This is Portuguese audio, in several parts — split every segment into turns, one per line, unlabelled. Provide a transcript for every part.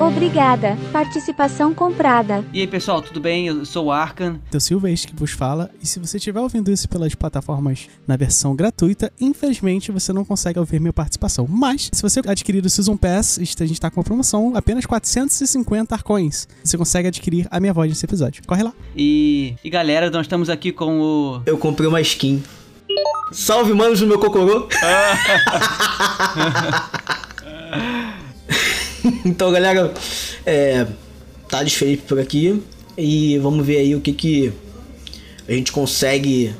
Obrigada, participação comprada.
E aí pessoal, tudo bem? Eu sou o Arkan.
Teu Silvestre que vos fala, e se você estiver ouvindo isso pelas plataformas na versão gratuita, infelizmente você não consegue ouvir minha participação. Mas, se você adquirir o Season Pass, isto- a gente tá com uma promoção, apenas 450 arcões. Você consegue adquirir a minha voz nesse episódio. Corre lá.
E, e galera, nós estamos aqui com o.
Eu comprei uma skin. Salve, manos do meu cocorô! então, galera, é, Thales Felipe por aqui e vamos ver aí o que que a gente consegue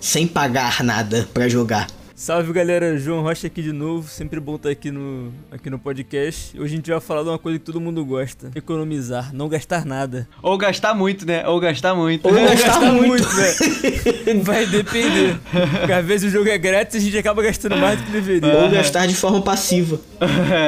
sem pagar nada pra jogar.
Salve galera, João Rocha aqui de novo. Sempre bom estar aqui no, aqui no podcast. Hoje a gente vai falar de uma coisa que todo mundo gosta: economizar, não gastar nada.
Ou gastar muito, né? Ou gastar muito.
Ou gastar
Gasta
muito.
né? Vai depender. Porque às vezes o jogo é grátis e a gente acaba gastando mais do que deveria.
Ou gastar de forma passiva.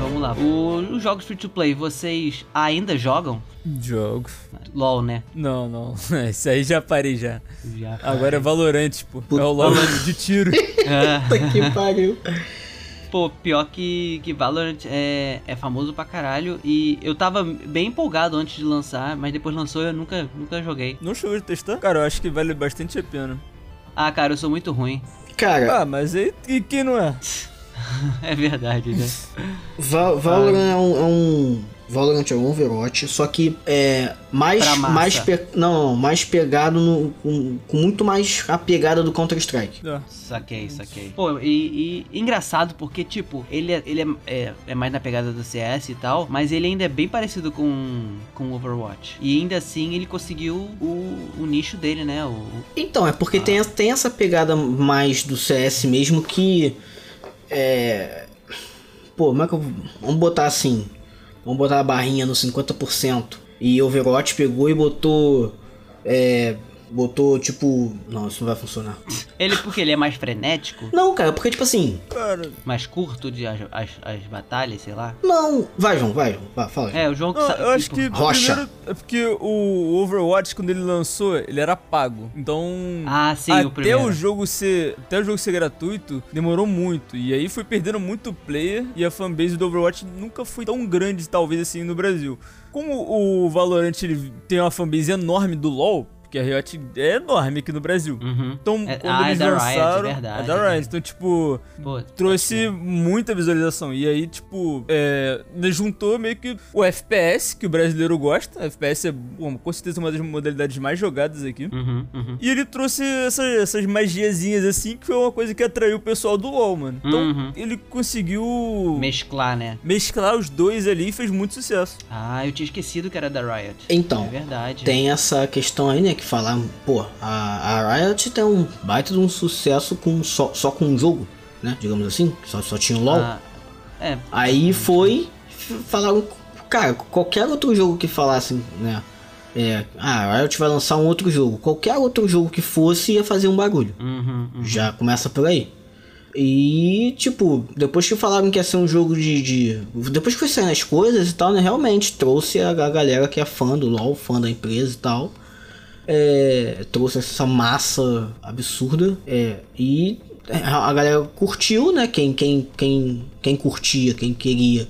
Vamos lá. O- os jogos free to play, vocês ainda jogam?
É.
Jogo.
LOL, né?
Não, não. Isso aí já parei já.
Já.
Agora é Valorante, pô. É o LOL de tiro.
Ah,
Puta que pariu.
pô, pior que, que Valorant é, é famoso pra caralho. E eu tava bem empolgado antes de lançar, mas depois lançou e eu nunca, nunca joguei.
Não chegou de testar? Cara, eu acho que vale bastante a pena.
Ah, cara, eu sou muito ruim.
Cara,
Ah, mas aí, e quem não é?
É verdade, né?
Va- Valorant é um, é um- Valorant é um Overwatch, só que é mais
Pra massa.
mais pe- não, mais pegado no com, com muito mais a pegada do Counter Strike.
Ah,
Saquei, saquei. Pô, e, e engraçado porque, tipo, ele, é, ele é, é, é mais na pegada do CS e tal, mas ele ainda é bem parecido com com Overwatch. E ainda assim ele conseguiu o, o nicho dele, né? O, o-
Então, é porque
Ah.
tem, essa- tem essa pegada mais do CS mesmo que é pô, como é que eu, vamos botar assim, vamos botar a barrinha no 50% e Overwatch pegou e botou é, botou tipo, não, isso não vai funcionar.
ele porque ele é mais frenético,
Não, cara, porque tipo assim,
Cara,
mais curto de as, as, as batalhas, sei lá.
não, vai João, vai João, vai, fala. João.
É, o jogo que
Não,
sabe,
eu acho
tipo,
que
Rocha.
primeiro é porque o Overwatch quando ele lançou, ele era pago. Então,
Ah, sim, o
até
primeiro.
o jogo ser, até o jogo ser gratuito, demorou muito. E aí foi perdendo muito player e a fanbase do Overwatch nunca foi tão grande talvez assim no Brasil. Como o Valorant ele tem uma fanbase enorme do LoL, porque a Riot é enorme aqui no Brasil.
Uhum.
Então,
É-
quando
ah, é
eles
da Riot, é
lançaram,
verdade,
é
é
da
verdade.
Riot. Então, tipo,
Pô,
trouxe muita visualização. E aí, tipo, é, juntou meio que o FPS, que o brasileiro gosta. FPS é bom, com certeza uma das modalidades mais jogadas aqui.
Uhum, uhum.
E ele trouxe essa- essas magiazinhas assim, que foi uma coisa que atraiu o pessoal do LoL, mano. Então,
Uhum.
ele conseguiu
Mesclar, né?
mesclar os dois ali e fez muito sucesso.
Ah, eu tinha esquecido que era da Riot.
Então,
é verdade.
Tem essa questão aí, né? Que falar, pô, a, a Riot tem um baita de um sucesso com, só, só com um jogo, né? Digamos assim, só, só tinha o LoL.
Ah, é,
Aí foi, f- falaram, cara, qualquer outro jogo que falasse, né? É, ah, a Riot vai lançar um outro jogo. Qualquer outro jogo que fosse ia fazer um bagulho.
uhum, uhum.
Já começa por aí. E, tipo, depois que falaram que ia ser um jogo de. de- depois que foi saindo as coisas e tal, né? Realmente trouxe a, a galera que é fã do LoL, fã da empresa e tal. É, trouxe essa massa absurda. É, e a a galera curtiu, né? Quem, quem, quem, quem curtia, quem queria,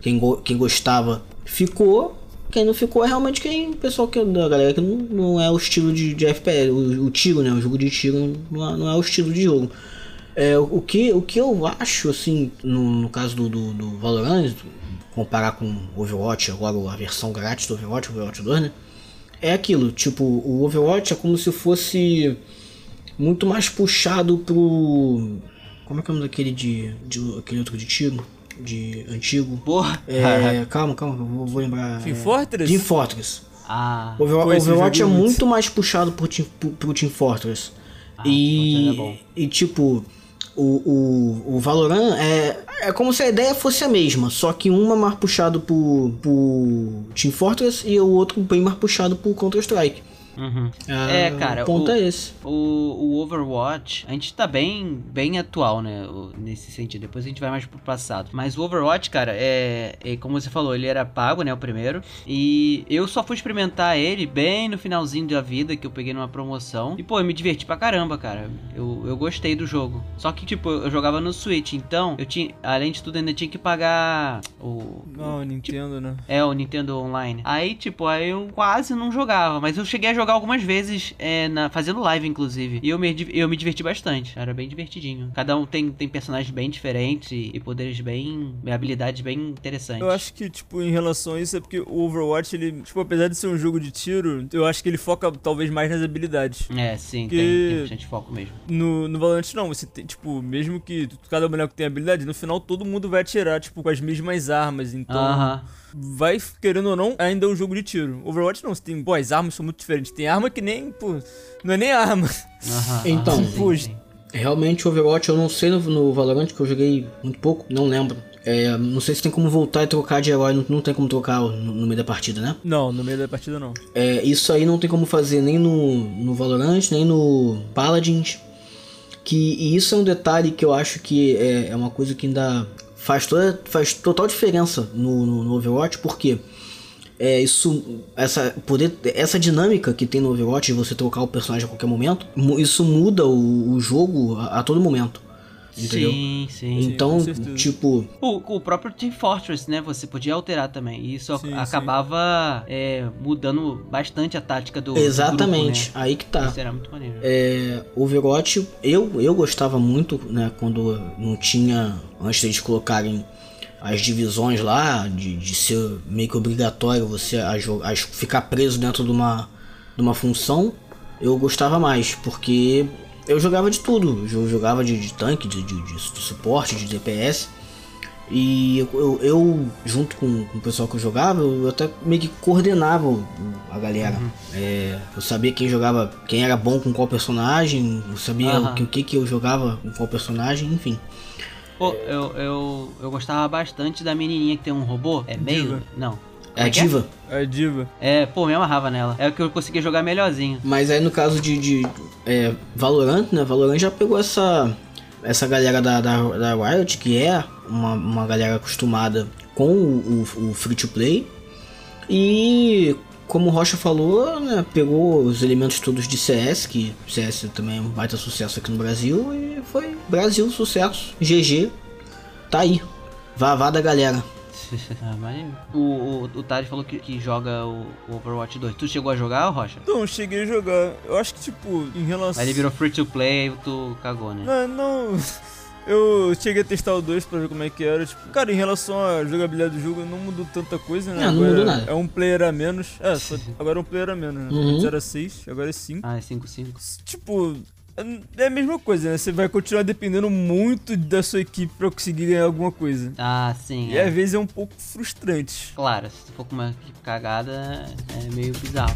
quem, go- quem gostava, ficou. Quem não ficou é realmente quem. O pessoal que. A galera que não, não é o estilo de, de FPS, o, o tiro, né? O jogo de tiro não é, não é o estilo de jogo. É, o, o que, o que eu acho, assim, no, no caso do, do, do Valorant, comparar com Overwatch, agora a versão grátis do Overwatch, Overwatch 2, né? É aquilo, tipo, o Overwatch é como se fosse muito mais puxado pro. Como é que é o nome daquele de. de aquele outro de tiro? De antigo.
Porra.
É, calma, calma, eu vou, vou lembrar.
Team
é,
Fortress?
Team Fortress.
Ah.
O Overwatch,
Pô, esse
Overwatch é
jogo é
muito,
muito.
mais puxado pro Team, pro, pro Team Fortress.
Ah,
e,
Fortress é bom.
e tipo, o, o, o Valorant é, é como se a ideia fosse a mesma, só que um é mais puxado pro, pro Team Fortress e o outro bem mais puxado pro Counter-Strike.
Uhum.
É,
É, cara,
O ponto
o-
é esse.
O, o Overwatch, a gente tá bem, bem atual, né? o- Nesse sentido. Depois a gente vai mais pro passado. Mas o Overwatch, cara, é, é como você falou, ele era pago, né? O primeiro. E eu só fui experimentar ele bem no finalzinho da vida, que eu peguei numa promoção. E, pô, eu me diverti pra caramba, cara. Eu, eu gostei do jogo. Só que, tipo, eu jogava no Switch, então eu tinha. Além de tudo, ainda tinha que pagar o.
Não, Nintendo, né?
É, o Nintendo Online. Aí, tipo, aí eu quase não jogava, mas eu cheguei a jogar algumas vezes, é, na, fazendo live, inclusive. E eu me, di- eu me diverti bastante, era bem divertidinho. Cada um tem, tem personagens bem diferentes e, e poderes bem. e habilidades bem interessantes.
Eu acho que, tipo, em relação a isso, é porque o Overwatch, ele, tipo, apesar de ser um jogo de tiro, eu acho que ele foca talvez mais nas habilidades.
É, sim,
que-
tem, tem bastante foco mesmo.
No, no Valorant, não, você tem, tipo, mesmo que tu- cada boneco tenha habilidade, no final todo mundo vai atirar, tipo, com as mesmas armas, então.
Aham.
Vai, querendo ou não, ainda é um jogo de tiro. Overwatch não, você tem. Pô, as armas são muito diferentes. Tem arma que nem, pô, não é nem arma.
aham,
Então,
aham, sim,
fuja.
sim.
Realmente, Overwatch, eu não sei no, no Valorant, que eu joguei muito pouco, não lembro. É, não sei se tem como voltar e trocar de herói, não, não tem como trocar no, no meio da partida, né?
Não, no meio da partida não.
É, isso aí não tem como fazer nem no, no Valorant, nem no Paladins. Que, e isso é um detalhe que eu acho que é, é uma coisa que ainda faz, toda, faz total diferença no, no, no Overwatch, porque é, isso, essa, poder, essa dinâmica que tem no Overwatch de você trocar o personagem a qualquer momento, mu- isso muda o, o jogo a, a todo momento. Entendeu?
Sim, sim.
Então,
com certeza.
tipo,
O, o próprio Team Fortress, né? Você podia alterar também. E isso ac-
Sim, sim.
acabava é, mudando bastante a tática do. do
exatamente,
Grupo,
aí que
né?
tá.
Isso era muito maneiro.
É, Overwatch, eu, eu gostava muito, né, quando não tinha, antes deles colocarem as divisões lá, de, de ser meio que obrigatório você a, jo- a es- ficar preso dentro de uma, de uma função, eu gostava mais, porque eu jogava de tudo, eu jogava de, de tanque, de, de, de su- de suporte, de DPS, e eu, eu- eu, junto com, com o pessoal que eu jogava, eu até meio que coordenava o- a galera.
Uhum.
É, eu sabia quem jogava, quem era bom com qual personagem, eu sabia
Aham.
o, que, o que que eu jogava com qual personagem, enfim.
Pô, eu, eu, eu gostava bastante da menininha que tem um robô. É meio?
Diva.
Não.
É a
que é?
diva.
A diva.
É, pô, me amarrava nela. É o que eu conseguia jogar melhorzinho.
Mas aí no caso de, de é, Valorant, né? Valorant já pegou essa essa galera da, da, da Riot, que é uma, uma galera acostumada com o, o, o free to play. E como o Rocha falou, né, pegou os elementos todos de CS, que CS também é um baita sucesso aqui no Brasil, e foi Brasil sucesso, GG, tá aí, vá, vá da galera.
ah, maneiro. O, o, o Tari falou que, que joga o, o Overwatch 2. Tu chegou a jogar, Rocha?
Então, eu cheguei a jogar. Eu acho que, tipo, em relação.
Aí ele virou free to play e tu cagou, né?
Não, Ah, não. Eu cheguei a testar o 2 pra ver como é que era. Tipo, cara, em relação à jogabilidade do jogo, não mudou tanta coisa, né?
Não, não
Agora
mudou nada.
É um player a menos. É, só- agora é um player a menos, né?
Uhum.
Antes era 6, agora é 5.
Ah, é 5-5.
Tipo, é a mesma coisa, né? Você vai continuar dependendo muito da sua equipe pra conseguir ganhar alguma coisa.
Ah, sim.
E
É.
às vezes é um pouco frustrante.
Claro, se tu for com uma equipe cagada, é meio bizarro.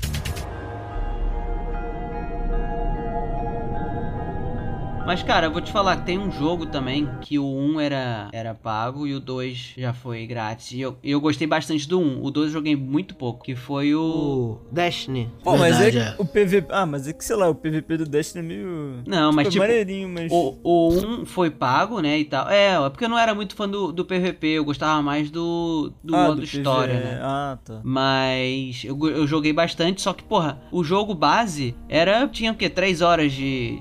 Mas, cara, eu vou te falar, tem um jogo também que o 1 era, era pago e o 2 já foi grátis. E eu, e eu gostei bastante do 1. O 2 eu joguei muito pouco, que foi o...
Destiny.
Pô, mas é,
Verdade, é.
que o PVP. Ah, mas é que sei lá, o PVP do Destiny é meio.
Não, mas
tipo,
tipo,
é maneirinho, mas.
O, o 1 foi pago, né, e tal. É, é porque eu não era muito fã do, do PVP, eu gostava mais do, do
Ah,
modo história,
PVE.
né.
Ah, tá.
Mas eu, go- eu joguei bastante, só que, porra, o jogo base era. Tinha o quê? Três horas de,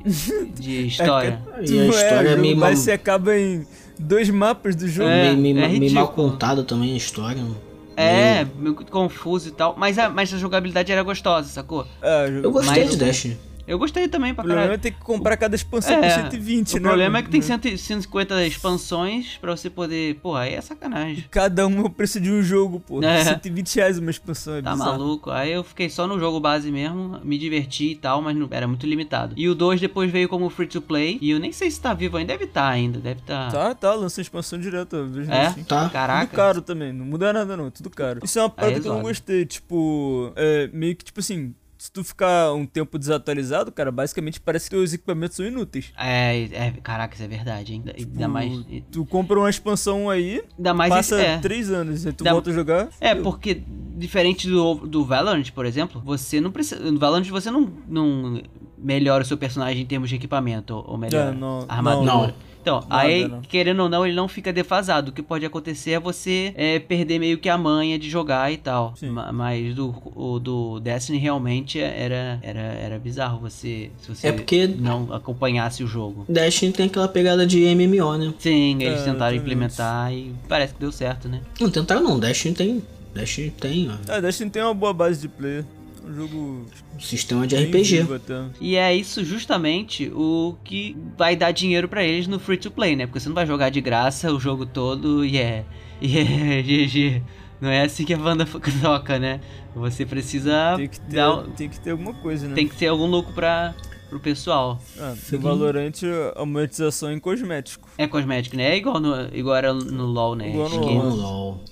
de história.
E a história é
jogo,
meio, mal,
Mas você acaba em dois mapas do jogo.
É,
meio, meio-
é
meio
ridículo.
mal contada também a história. não-
É, meio que confuso e tal. Mas a, mas a jogabilidade era gostosa, sacou?
Ah, jogo-
Eu gostei
Mas
de
o-
Destiny.
Eu gostei também
O
pra
problema é
caralho.
ter que comprar cada expansão por
É,
120,
O
né?
problema é que tem
mano?
100 150 expansões pra você poder. Porra, aí é sacanagem.
Cada um é o preço de um jogo, pô.
É.
120 reais uma expansão, é
Tá
bizarro.
maluco? Aí eu fiquei só no jogo base mesmo, me diverti e tal, mas não, era muito limitado. E o 2 depois veio como free to play. E eu nem sei se tá vivo ainda, deve estar ainda, deve estar.
Tá, tá, lançou expansão direto, eu vejo
É?
assim.
Tá.
Tudo
Caraca.
caro também, não muda nada não, tudo caro. Isso é uma é parada que eu não
exato.
gostei, tipo, é, meio que tipo assim, se tu ficar um tempo desatualizado, cara, basicamente parece que os equipamentos são inúteis.
É, é, caraca, isso é verdade, hein? Ainda mais.
Tipo, Tu- Tu compra uma expansão aí,
Ainda mais
passa
esse- é.
três anos, aí tu
Dá-
volta a jogar.
É,
fudeu.
porque diferente do, do Valorant, por exemplo, você não precisa. No Valorant você não, não melhora o seu personagem em termos de equipamento, ou melhor,
É, não-
armadura.
não. Não.
Então,
Nada, né?
aí,
não.
querendo ou não, ele não fica defasado. O que pode acontecer é você é, perder meio que a manha de jogar e tal.
Sim.
Ma- Mas do, o do Destiny realmente era, era, era bizarro você. Se você
É porque-
não acompanhasse o jogo.
Destiny tem aquela pegada de MMO, né?
Sim, eles
É,
tentaram
exatamente.
implementar e parece que deu certo, né?
Não tentaram não, Destiny tem. Destiny tem ó,
É, Destiny tem uma boa base de player. Um jogo
um sistema de
bem vivo
RPG.
até.
E é isso justamente o que vai dar dinheiro pra eles no free to play, né? Porque você não vai jogar de graça o jogo todo e é. E é GG. Não é assim que a banda toca, né? Você precisa.
Tem que ter,
dar um-
tem que ter alguma coisa, né?
tem que ser algum louco pra, pro pessoal.
Ah, no Valorant a monetização é em cosmético.
É cosmético, né? É igual, no, igual era no LoL, né?
Igual no
Skin.
LoL.
Vamos LOL.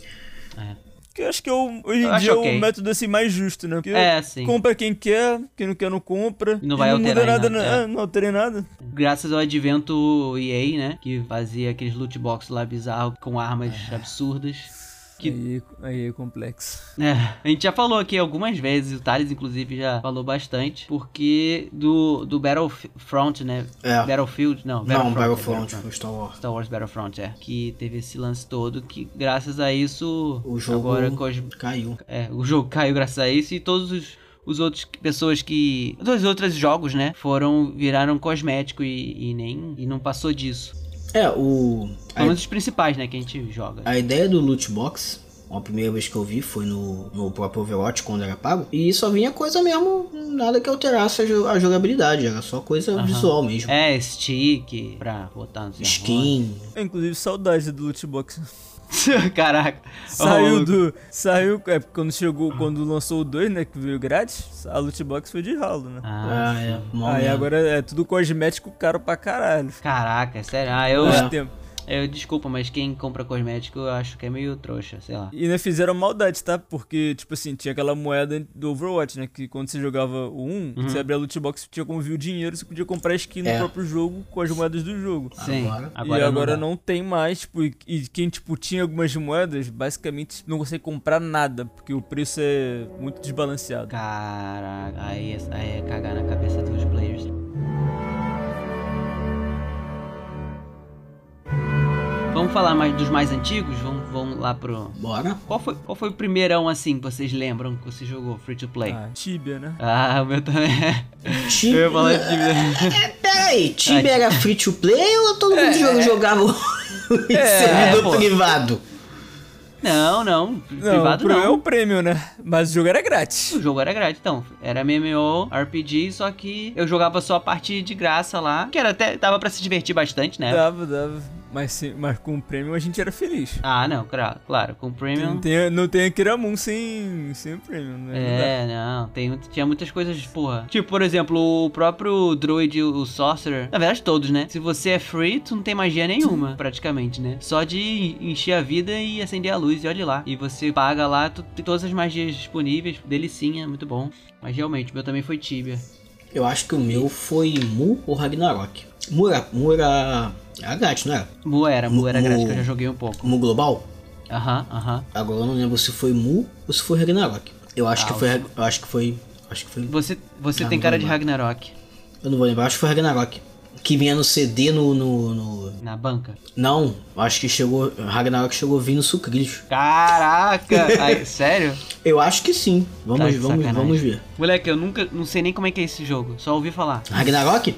Que eu acho que é o, hoje
Eu
em
acho
dia é
ok.
o método assim mais justo, né? Porque
É, sim.
compra quem quer, quem não quer não compra.
E não vai
e não muda
alterar em
nada,
nada,
né?
é.
É, não altera em nada.
Graças ao advento EA, né? Que fazia aqueles loot box lá bizarro com armas absurdas. Que-
Aí, aí é complexo.
É, a gente já falou aqui algumas vezes, o Thales inclusive já falou bastante, porque do, do Battlefront, né?
É.
Battlefield, não,
Não,
é
Battlefront, foi Star Wars.
Star Wars Battlefront, é. Que teve esse lance todo, que graças a isso,
O jogo-
agora com as-
Caiu.
é, o jogo caiu graças a isso e todos os, os outros que- pessoas que... Todos os outros jogos, né? Foram, viraram cosmético e, e nem... E não passou disso.
É, o.
Pelo menos os principais, né? Que a gente joga.
A ideia do loot box, a primeira vez que eu vi foi no, no próprio Overwatch quando era pago, e só vinha coisa mesmo, nada que alterasse a, jo- a jogabilidade, era só coisa
Aham.
visual mesmo.
É, stick pra botar no seu
Skin.
É, inclusive, saudade do loot box.
Caraca.
Saiu
Ô,
do. Saiu. É, porque quando chegou, quando lançou o 2, né? Que veio grátis, a loot box foi de ralo, né?
Ah,
Ah, é. mó
aí
merda.
agora é tudo cosmético caro pra caralho.
Caraca, sério. Ah, eu,
Faz tempo.
eu. Desculpa, mas quem compra cosmético eu acho que é meio trouxa, sei lá.
E ainda fizeram maldade, tá? Porque, tipo assim, tinha aquela moeda do Overwatch, né? Que quando você jogava o 1,
Uhum.
você abria a loot box, tinha como vir o dinheiro, você podia comprar skin
É.
no próprio jogo com as moedas do jogo.
Sim.
Agora-
e
não
agora
dá.
não, tem mais, tipo, e, e quem, tipo, tinha algumas moedas, basicamente não consegue comprar nada, porque o preço é muito desbalanceado.
Caraca, aí, é- aí é cagar na cabeça dos players. Vamos falar mais dos mais antigos? Vamos, vamos lá pro.
Bora.
Qual foi, qual foi o primeirão assim que vocês lembram que você jogou free to play?
Ah, Tibia, né?
Ah, o meu também.
Tibia.
Eu ia falar de
é, Peraí, Tibia era free to play ou todo mundo jo- jogava em servidor
É. pô.
privado?
Não, não.
Não,
privado
o
não.
problema é o prêmio, né? Mas o jogo era grátis.
O jogo era grátis, então. Era MMO, RPG, só que eu jogava só a parte de graça lá. Que era até. dava pra se divertir bastante, né?
Dava, dava. Mas, sim- mas com o prêmio a gente era feliz.
Ah, não, claro, claro. Com o
Não
Premium.
tem, não tem a Kiramun sem, sem o prêmio, né?
É, não, tem, tinha muitas coisas, porra. Tipo, por exemplo, o próprio Droid, o Sorcerer. Na verdade, todos, né? Se você é free, tu não tem magia nenhuma, praticamente, né? Só de encher a vida e acender a luz, e olha lá. E você paga lá, tu tem todas as magias disponíveis. Delicinha, muito bom. Mas realmente, o meu também foi Tibia.
Eu acho que o meu foi Mu ou Ragnarok. Mu era. Mu era. Era grátis, não era?
Mu era, Mu era
Mu-
grátis, que eu já joguei um pouco.
Mu Global?
Aham, aham.
Agora eu não lembro se foi Mu ou se foi Ragnarok. Eu acho
Ah,
que foi. Eu acho que foi. Acho que foi
Você, você
Ah,
tem
não
cara
vou
de Ragnarok
Eu não vou lembrar, acho que foi Ragnarok. Que vinha no CD no. no, no-
na banca.
Não, acho que chegou. Ragnarok chegou vindo no Sucrilhos.
Caraca! Ai, sério?
Eu acho que sim. Vamos,
Tá de
vamos,
sacanagem.
vamos ver.
Moleque, eu nunca, não sei nem como é que é esse jogo, só ouvi falar.
Ragnarok?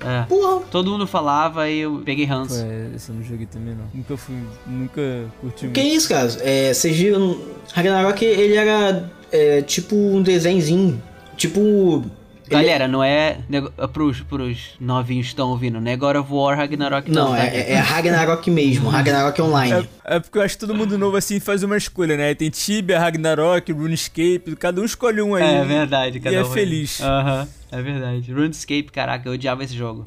É.
Porra!
Todo mundo falava e eu peguei
Pô,
ranço.
é, esse eu não joguei também, não. Nunca fui, nunca curti
Que isso, cara? É, vocês viram. Ragnarok ele era é, tipo um desenhozinho. Tipo.
Galera, não é nego- é pros, pros novinhos que estão ouvindo, né? God of War, Ragnarok,
Não,
tá?
é, é- é Ragnarok mesmo, Ragnarok Online.
É, é porque eu acho que todo mundo novo assim faz uma escolha, né? Tem Tibia, Ragnarok, RuneScape, cada um escolhe um aí.
É verdade, cada
E é
um aí.
feliz.
Aham. É verdade. RuneScape, caraca, eu odiava esse jogo.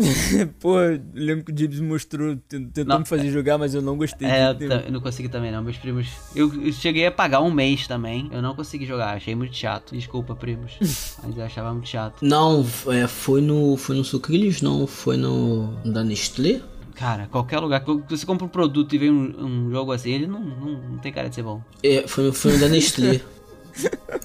Pô, eu lembro que o Gibbs mostrou, ten- tentou
Não,
me fazer jogar, mas eu não gostei.
É, eu,
de-
ta- eu não consegui também não, meus primos. Eu, eu cheguei a pagar um mês também. Eu não consegui jogar, achei muito chato. Desculpa, primos. Mas eu achava muito chato.
Não, é, foi no. Foi no Sucrilhos, não. Foi no. Da Nestlé?
Cara, qualquer lugar que você compra um produto e vem um, um jogo assim, ele não, não, não tem cara de ser bom.
É, foi, no- foi no da Nestlé.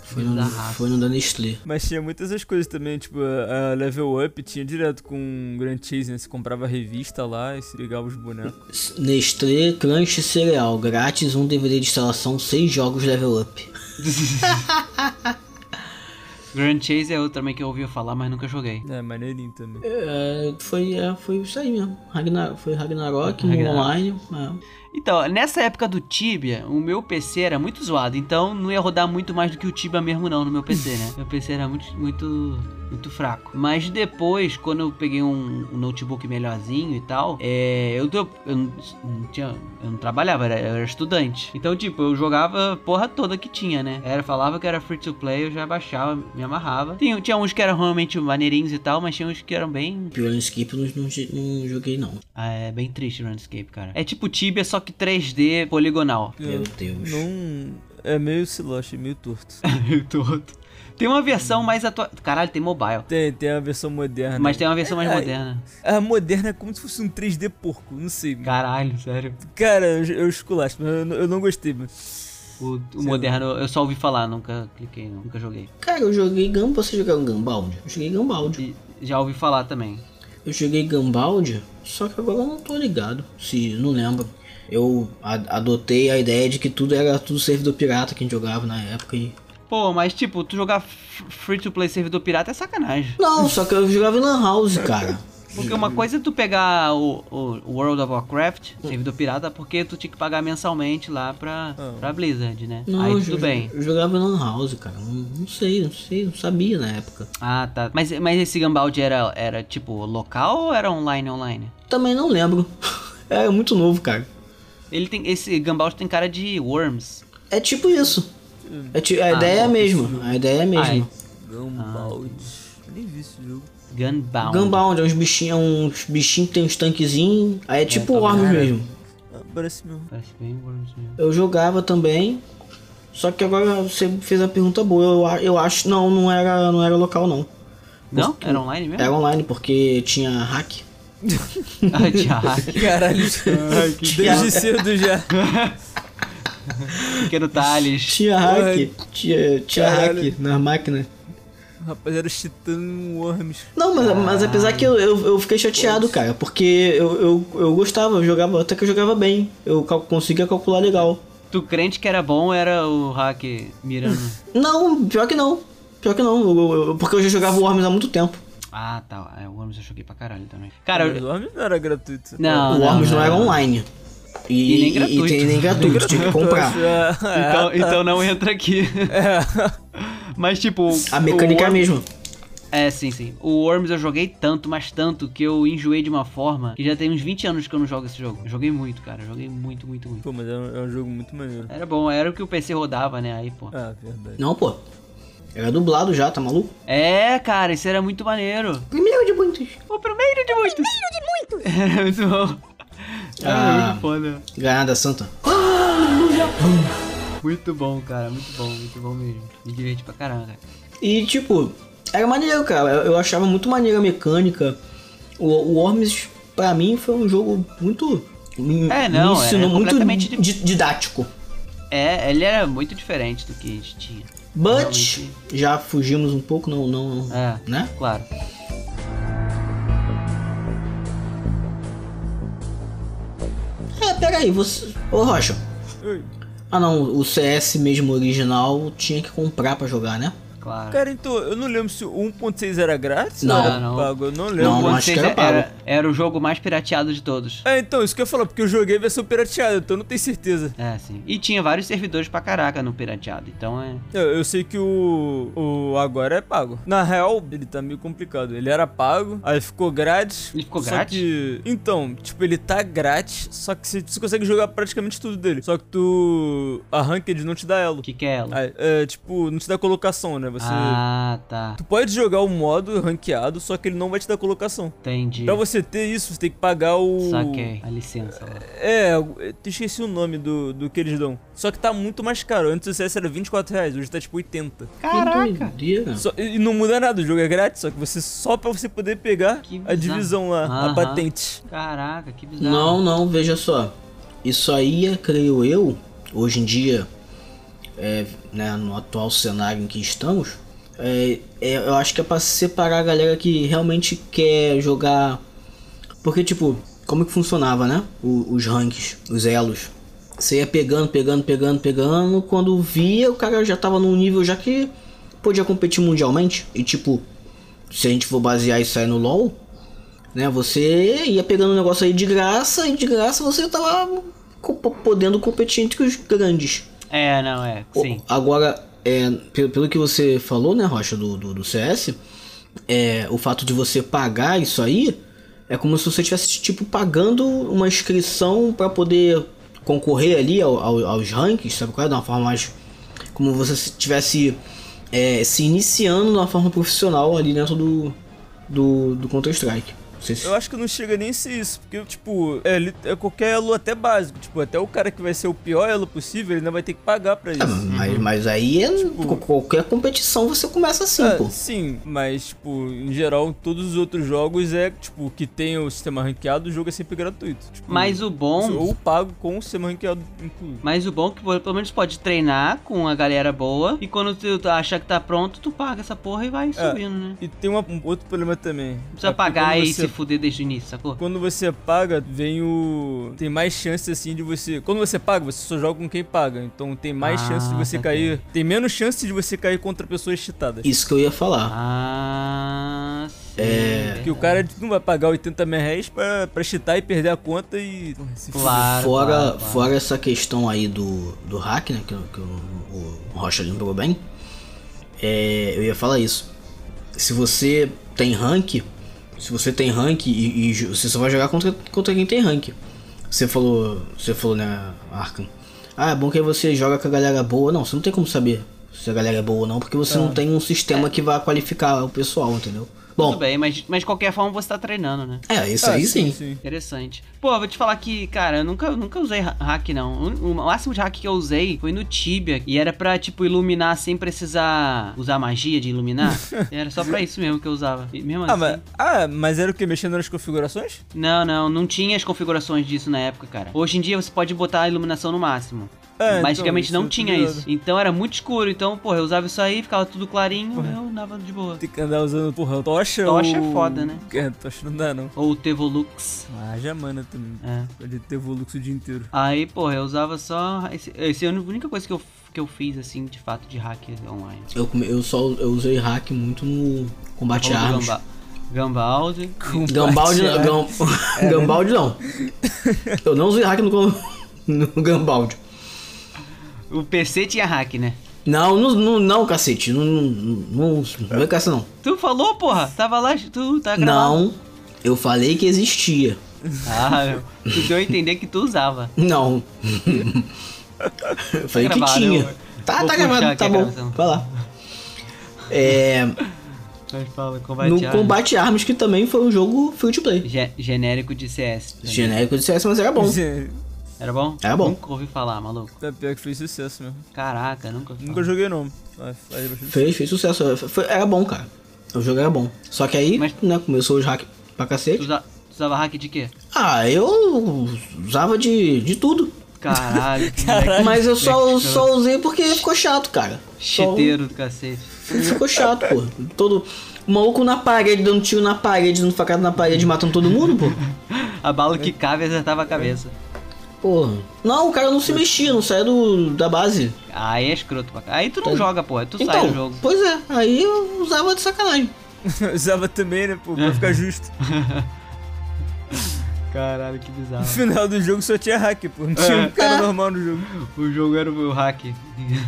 foi,
Da
no,
raça.
foi no da Nestlé.
Mas tinha muitas essas coisas também, tipo, a a Level Up tinha direto com o Grand Chase, né? Você comprava a revista lá e se ligava os bonecos.
Nestlé Crunch Cereal. Grátis, um DVD de instalação, seis jogos level up.
Grand Chase é outro também que eu ouvi falar, mas nunca joguei.
É, maneirinho também.
É, foi, é, foi isso aí mesmo. Ragnar, foi Ragnarok,
Ragnarok.
online. é.
Então, nessa época do Tibia, o meu PC era muito zoado, então não ia rodar muito mais do que o Tibia mesmo não no meu PC, né? Meu PC era muito muito muito fraco. Mas depois, quando eu peguei um, um notebook melhorzinho e tal, é, eu, tô- eu não, não tinha, eu não trabalhava, era, eu era estudante. Então, tipo, eu jogava a porra toda que tinha, né? Era falava que era free to play, eu já baixava, me amarrava. Tinha, tinha uns que eram realmente maneirinhos e tal, mas tinha uns que eram bem
Planescape eu não, não, não joguei, não.
ah, é bem triste o RuneScape, cara. É tipo Tibia, só que 3D poligonal.
Meu Deus.
Não. É meio siloche, meio torto.
Eu tô outro. Tem uma versão mais atual. Caralho, tem mobile.
Tem, tem a versão moderna.
Mas tem uma versão mais
É,
moderna.
A moderna é como se fosse um 3D porco, não sei.
Caralho, sério.
Cara, eu, eu esculacho, mas eu, não- eu não gostei, mano.
O, o moderno eu só ouvi falar, nunca cliquei, não, nunca joguei.
Cara, eu joguei Gumball. Você jogaram Gumball? Eu joguei Gumball.
E já ouvi falar também.
Eu joguei Gambald, só que agora eu não tô ligado, se não lembro. Eu a- adotei a ideia de que tudo era tudo servidor pirata que a gente jogava na época e.
Pô, mas tipo, tu jogar free to play servidor pirata é sacanagem.
Não, só que eu jogava em Lan House, cara.
Porque uma coisa é tu pegar o, o World of Warcraft, servidor pirata, porque tu tinha que pagar mensalmente lá pra,
Ah.
pra Blizzard, né?
Não,
Aí
eu
tudo
jo-
bem.
Eu jogava em Lan House, cara. Não, não sei, não sei, não sabia na época.
Ah, tá. Mas, mas esse Gambald era, era tipo local ou era online online?
Também não lembro. Era muito novo, cara.
Ele tem. Esse Gambald tem cara de Worms.
É tipo isso.
Hum.
É ti-
Ah,
a ideia é a mesma. A ideia é a mesma.
Gumball. um Nem vi esse jogo.
Gunbound.
Gambald é uns bichinhos, uns bichinhos que tem uns tanquezinhos. Aí é tipo
tá
tô
Worms
ligado.
mesmo.
Ah, parece mesmo.
Parece bem Worms mesmo.
Eu jogava também. Só que agora você fez a pergunta boa. Eu, a- eu acho. Não, não era, não era local, não.
Não? Era online mesmo?
Era online, porque tinha hack.
Ah, tinha hack.
Caralho. Desde cedo já.
Pequeno Thales.
Tinha
hack,
Tinha, tinha
Caralho.
hack na máquina.
Rapaziada, chitando Worms.
Não, mas, mas apesar que eu, eu, eu fiquei chateado, cara. Porque eu, eu, eu gostava, eu jogava. Até que eu jogava bem. Eu cal- conseguia calcular legal.
Tu crente que era bom era o hack mirando.
Não, pior que não. Pior que não. eu- eu- eu- porque eu já jogava Worms há muito tempo.
ah, tá. É, o Worms eu joguei pra caralho também. Cara,
Mas
eu...
Worms não era gratuito.
Não,
o
não,
Worms não,
não,
era
não.
online. E,
E nem
e- e tem- nem gratuito, tinha que
Ah,
comprar.
tá.
Então, então não entra aqui.
É.
Mas tipo.
A mecânica é a
mesmo.
mesma.
É, sim, sim. O Worms eu joguei tanto, mas tanto, que eu enjoei de uma forma que já tem uns 20 anos que eu não jogo esse jogo. Eu joguei muito, cara. Eu joguei muito, muito, muito.
Pô, mas é um, é um jogo muito maneiro.
Era bom, era o que o PC rodava, né? Aí, pô.
Ah, verdade.
Não, pô. Era dublado já, tá maluco?
É, cara, isso era muito maneiro.
Primeiro de muitos.
O primeiro de muitos. Primeiro de muitos. Era muito bom. Era
Ah.
muito foda.
Ganhada Santa.
Muito bom, cara. Muito bom, muito bom mesmo. Me diverti pra caramba, cara.
E, tipo, era maneiro, cara. Eu, eu achava muito maneiro a mecânica. O, o Worms, pra mim, foi um jogo muito. me-
É, não,
me
é
ensinou
completamente
muito di- didático.
É, ele era muito diferente do que a gente tinha.
But,
Realmente.
já fugimos um pouco, não, não,
É.
né?
Claro.
É, peraí, você... Ô, Rocha.
Oi.
Ah, não, o CS mesmo original tinha que comprar pra jogar, né?
Claro.
Cara, então, eu não lembro se o 1.6 era grátis
Não.
ou era
Não, não.
pago, eu não lembro.
Não,
Quando
acho que
vocês é-
era pago.
era, era o jogo mais pirateado de todos.
É, então, isso que eu ia falar, porque eu joguei a versão pirateada, então eu não tenho certeza.
É, sim. E tinha vários servidores pra caraca no pirateado, então é.
Eu, eu sei que o, o agora é pago. Na real, ele tá meio complicado. Ele era pago, aí ficou grátis.
Ele ficou
só
grátis?
que- então, tipo, ele tá grátis, só que você, você consegue jogar praticamente tudo dele. Só que tu. A Ranked não te dá elo.
O que, que é ela?
Aí, é, tipo, não te dá colocação, né? Você.
Ah, tá.
Tu pode jogar o modo ranqueado, só que ele não vai te dar colocação.
Entendi.
Pra você ter isso, você tem que pagar o.
Saquei. A licença lá.
É, eu esqueci o nome do, do que eles dão. Só que tá muito mais caro. Antes o CS era 24 reais, hoje tá tipo 80.
Que doideira.
Só- e e não muda nada, o jogo é grátis, só que você só pra você poder pegar
Que
a
bizarro.
divisão lá, a
Aham.
patente.
Caraca, que bizarro.
Não, não, veja só. Isso aí, é, creio eu, hoje em dia, é, né, no atual cenário em que estamos, é, é, eu acho que é pra separar a galera que realmente quer jogar. Porque, tipo, como que funcionava, né? O- os ranks, os elos. Você ia pegando, pegando, pegando, pegando. Quando via, o cara já tava num nível já que podia competir mundialmente. E, tipo, se a gente for basear isso aí no LoL, né? Você ia pegando um negócio aí de graça e de graça você tava co- podendo competir entre os grandes.
É, não, é.
O-
Sim.
Agora, é, pelo, pelo que você falou, né, Rocha, do, do, do CS, é, o fato de você pagar isso aí é como se você estivesse, tipo, pagando uma inscrição para poder concorrer ali ao- ao- aos rankings, sabe qual é? De uma forma mais... Como você estivesse é, se iniciando de uma forma profissional ali dentro do, do, do Counter-Strike. Não sei se-
Eu acho que não chega nem a ser isso, porque, tipo, é, li- é qualquer elo até básico. Tipo, até o cara que vai ser o pior elo possível, ele ainda vai ter que pagar pra isso.
Ah, mas, mas aí é- qual- qualquer competição você começa assim,
Ah,
pô.
sim, mas, tipo, em geral, todos os outros jogos é, tipo, que tem o sistema ranqueado, o jogo é sempre gratuito. Tipo,
Mas o bom.
Ou pago com o sistema ranqueado incluído.
Mas o bom é que pelo menos pode treinar com a galera boa. E quando tu achar que tá pronto, tu paga essa porra e vai subindo, né?
E tem uma- um outro problema também.
Não precisa
É porque
pagar
quando
e
você
se fuder desde o início, sacou?
Quando você paga, vem o. Tem mais chance assim de você. Quando você paga, você só joga com quem paga. Então tem mais
Ah,
chance de você
saquei.
cair. Tem menos chance de você cair contra pessoas cheatadas.
Isso que eu ia falar.
Ah, sim.
Porque o cara não vai pagar 80 mil reais pra, pra cheatar e perder a conta e. Porra, se fuder.
Claro,
fora,
claro, claro.
fora essa questão aí do, do hack, né? Que, o- que o, o Rocha lembrou bem. é, eu ia falar isso. Se você tem rank, se você tem rank e, e jo- você só vai jogar contra, contra quem tem rank. Você falou, você falou, né, Arkham? Ah, é bom que aí você joga com a galera boa. Não, você não tem como saber se a galera é boa ou não, porque você não tem um sistema que vá qualificar o pessoal, entendeu?
Tá.
Bom,
É. Tudo bem, mas, mas de qualquer forma você tá treinando, né?
é, isso
Ah,
aí sim.
Interessante. Pô, vou te falar que, cara, eu nunca, nunca usei ha- hack, não. O, o máximo de hack que eu usei foi no Tibia. E era pra, tipo, iluminar sem precisar usar magia de iluminar. era só pra isso mesmo que eu usava. E mesmo
Ah,
assim.
mas, ah, mas era o que? Mexendo nas configurações?
Não, não, não tinha as configurações disso na época, cara. Hoje em dia você pode botar a iluminação no máximo.
É, então,
mas antigamente
isso
não
eu tô
tinha
ligado.
isso. Então era muito escuro. Então, porra, eu usava isso aí, ficava tudo clarinho, eu andava de boa.
Tem que andar usando, porra, tocha.
Tocha é
ou-
foda, né?
É, tocha não dá, não.
Ou o Tevolux.
Ah, já mana também.
É.
Pode ter Volux o dia inteiro. Aí
Aí, porra, eu usava só. Esse, esse é a única coisa que eu, que eu fiz, assim, de fato, de hack online.
Eu, come- eu só eu usei hack muito no combate a armas.
Gamba, Gambaldi.
Gambaldi,
né?
não-
um
gam, Gambaldi não. um Eu não usei hack no, gam- no Gambaldi.
O PC tinha hack, né?
Não, não, não, não cacete. Não, não, não, não é caça não.
Tu falou, porra? Tava lá, tu tá gravando.
Não, eu falei que existia.
Ah, meu. Tu deu a entender que tu usava.
Não. Eu falei que
Gravaram,
tinha.
eu-
Tá,
vou
tá
puxar
gravado,
aqui
tá
a
bom.
gravação.
Vai lá. É,
Mas fala, combate
no Combate Arms, que também foi um jogo free to play.
genérico de CS. também.
Genérico de CS, mas era bom.
Zé,
Era bom?
Era bom.
Nunca ouvi falar, maluco.
É pior que fez sucesso mesmo. Ah.
Caraca, nunca ouvi
Nunca
falar.
joguei não. Mas faz bastante
Fez, fez sucesso. Foi- era bom, cara. O jogo era bom. Só que aí,
Mas-
né, começou os hack pra
Tu
cacete.
usa- tu usava hack de quê?
Ah, eu usava de, de tudo.
Caralho, que
Caralho.
moleque
Mas eu só, só um- usei porque ficou chato, cara. Só-
Cheteiro do cacete.
Ficou chato, pô. Todo. O maluco na parede, dando tiro na parede, dando facada na parede, matando todo mundo, pô.
A bala que cabe acertava a cabeça.
Porra. Não, o cara não se mexia, não saía do, da base.
Aí é escroto pra cá. Aí tu não
Então,
Tá.
joga, porra. Tu sai do
Então,
jogo.
pois é, aí eu usava de sacanagem.
Eu Usava também, né, pô,
Uhum.
pra ficar justo.
Caralho, que
No
bizarro.
É. final do jogo só tinha hack, pô. Não tinha um cara normal no jogo.
o jogo era o meu hack.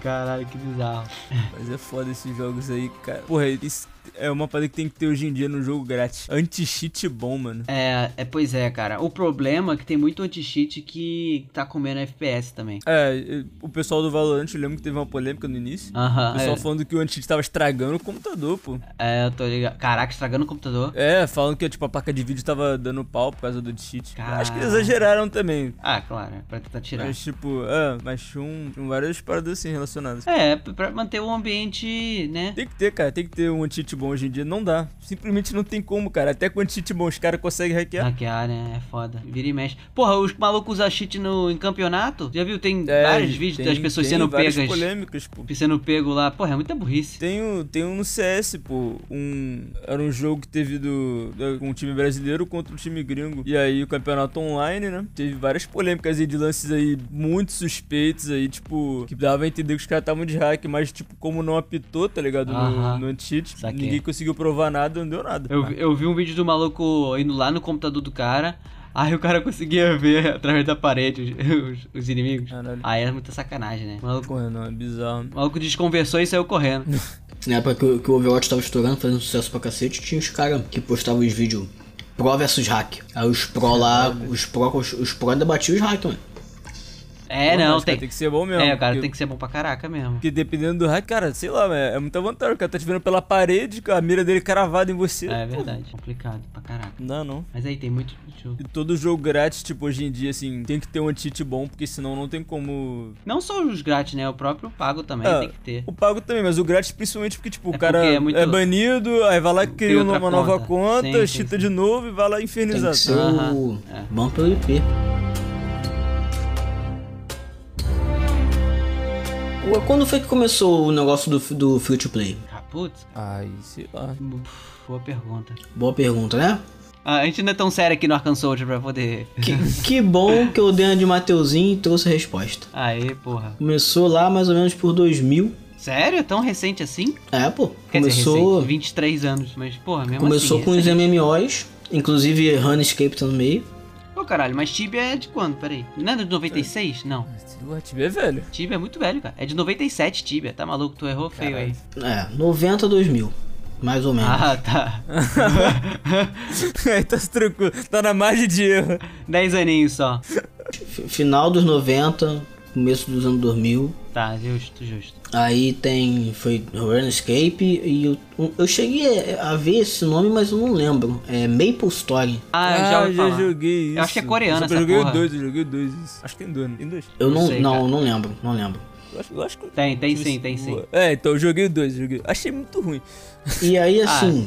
Caralho, que bizarro.
Mas é foda esses jogos aí, cara. Porra, isso é uma parada que tem que ter hoje em dia no jogo grátis. Anti-cheat bom, mano.
É, é, pois é, cara. O problema é que tem muito anti-cheat que tá comendo FPS também.
É, e- o pessoal do Valorant, eu lembro que teve uma polêmica no início. O
Aham,
pessoal falando que o anti-cheat tava estragando o computador, pô.
é, é, eu tô ligado. Caraca, estragando o computador.
É, falando que tipo, a placa de vídeo tava dando pau por causa do cheat.
Cara.
Acho que eles exageraram também.
Ah, claro, é pra tentar tirar.
Mas tipo, é, mas tinha um- tinham várias paradas assim relacionadas.
É, p- pra manter o ambiente, né?
Tem que ter, cara, tem que ter um anti-cheat bom hoje em dia. Não dá. Simplesmente não tem como, cara. Até com anti-cheat bom os caras conseguem hackear.
Hackear, né? É foda. Vira e mexe. Porra, os malucos usam cheat no, em campeonato? Já viu? Tem
É,
vários vídeos
tem-
das pessoas
tem
sendo
várias
pegas.
polêmicas, pô.
Sendo pego lá. Porra, é muita burrice.
Tem um, tem um no CS, pô. Um, era um jogo que teve do, do- com um time brasileiro contra um time gringo. E aí o campeonato online, né? Teve várias polêmicas aí de lances aí muito suspeitos aí, tipo, que dava a entender que os caras estavam de hack, mas tipo, como não apitou, tá ligado? No,
Aham.
no anti-cheat,
Saquei.
ninguém conseguiu provar nada, não deu nada.
Eu, vi- eu vi um vídeo do maluco indo lá no computador do cara. Aí o cara conseguia ver através da parede os, os- os inimigos.
Caralho.
Aí era muita sacanagem, né? O maluco,
Porra, não, é bizarro.
o maluco desconversou e saiu correndo.
Na época que, o- que o Overwatch tava estourando, fazendo sucesso pra cacete, tinha os caras que postavam os vídeos pro versus hack. Aí os pro lá, os pro, os, os pro ainda batiam os hack, mano.
É,
Porra,
não,
mas, cara,
tem.
Tem que ser bom mesmo.
É, o cara
porque-
tem que ser bom pra caraca mesmo.
Porque dependendo do hack, cara, sei lá, é, é muita vantagem. O cara tá te vendo pela parede, com a mira dele cravada em você.
É verdade. Complicado pra caraca.
Não dá, não.
Mas aí tem muito jogo.
E todo jogo grátis, tipo, hoje em dia, assim, tem que ter um anti-cheat bom, porque senão não tem como.
Não só os grátis, né? O próprio pago também
É,
tem que ter.
O pago também, mas o grátis principalmente porque, tipo, o
É
cara
porque
é,
é muito-
banido, aí vai lá e cria uma
outra
nova
conta.
conta,
Sim, sim,
chita
sim.
de novo e vai lá
Tem
infernizar. tá?
que ser o
Aham, é.
bom pelo IP. Ué, Quando foi que começou o negócio do, do free to play?
Ah, putz,
Ai, sei lá.
uf, boa pergunta.
Boa pergunta, né?
Ah, a gente não é tão sério aqui no Arkham Soldier pra poder.
Que, que bom que eu dei uma de Mateuzinho e trouxe a resposta.
Aê, porra.
Começou lá mais ou menos por 2000.
Sério? Tão recente assim?
É, pô.
Quer dizer,
Começou,
recente, 23 anos, mas porra, mesmo
começou
assim.
com os
recente.
MMOs, inclusive Runescape tá no meio.
Pô, caralho, mas Tibia é de quando? Peraí. Não é de 96? Não.
O é velho.
Tibia é muito velho, cara. É de 97 Tibia. Tá maluco? Tu errou feio aí.
É, 90 2000, mais ou menos.
Ah, tá.
aí tá tranquilo, tá na margem de erro.
10 aninhos só.
F- Final dos 90, começo dos anos 2000.
Tá, justo, justo.
Aí tem, foi Runescape e eu, eu cheguei a ver esse nome, mas eu não lembro. É Maple Story.
Ah, eu já ouvi
já
falar.
joguei isso.
Eu acho que é coreano
Só que Eu
essa
joguei
porra.
dois, eu joguei dois. isso. Acho que tem dois, né? Tem dois.
Eu
Não
não,
sei,
não,
cara.
não lembro, não lembro.
Eu acho, eu acho que.
Tem, tem
deixa eu ver
sim, tem
se-
sim.
É, então eu joguei dois, joguei. Achei muito ruim.
E aí,
Ah,
assim,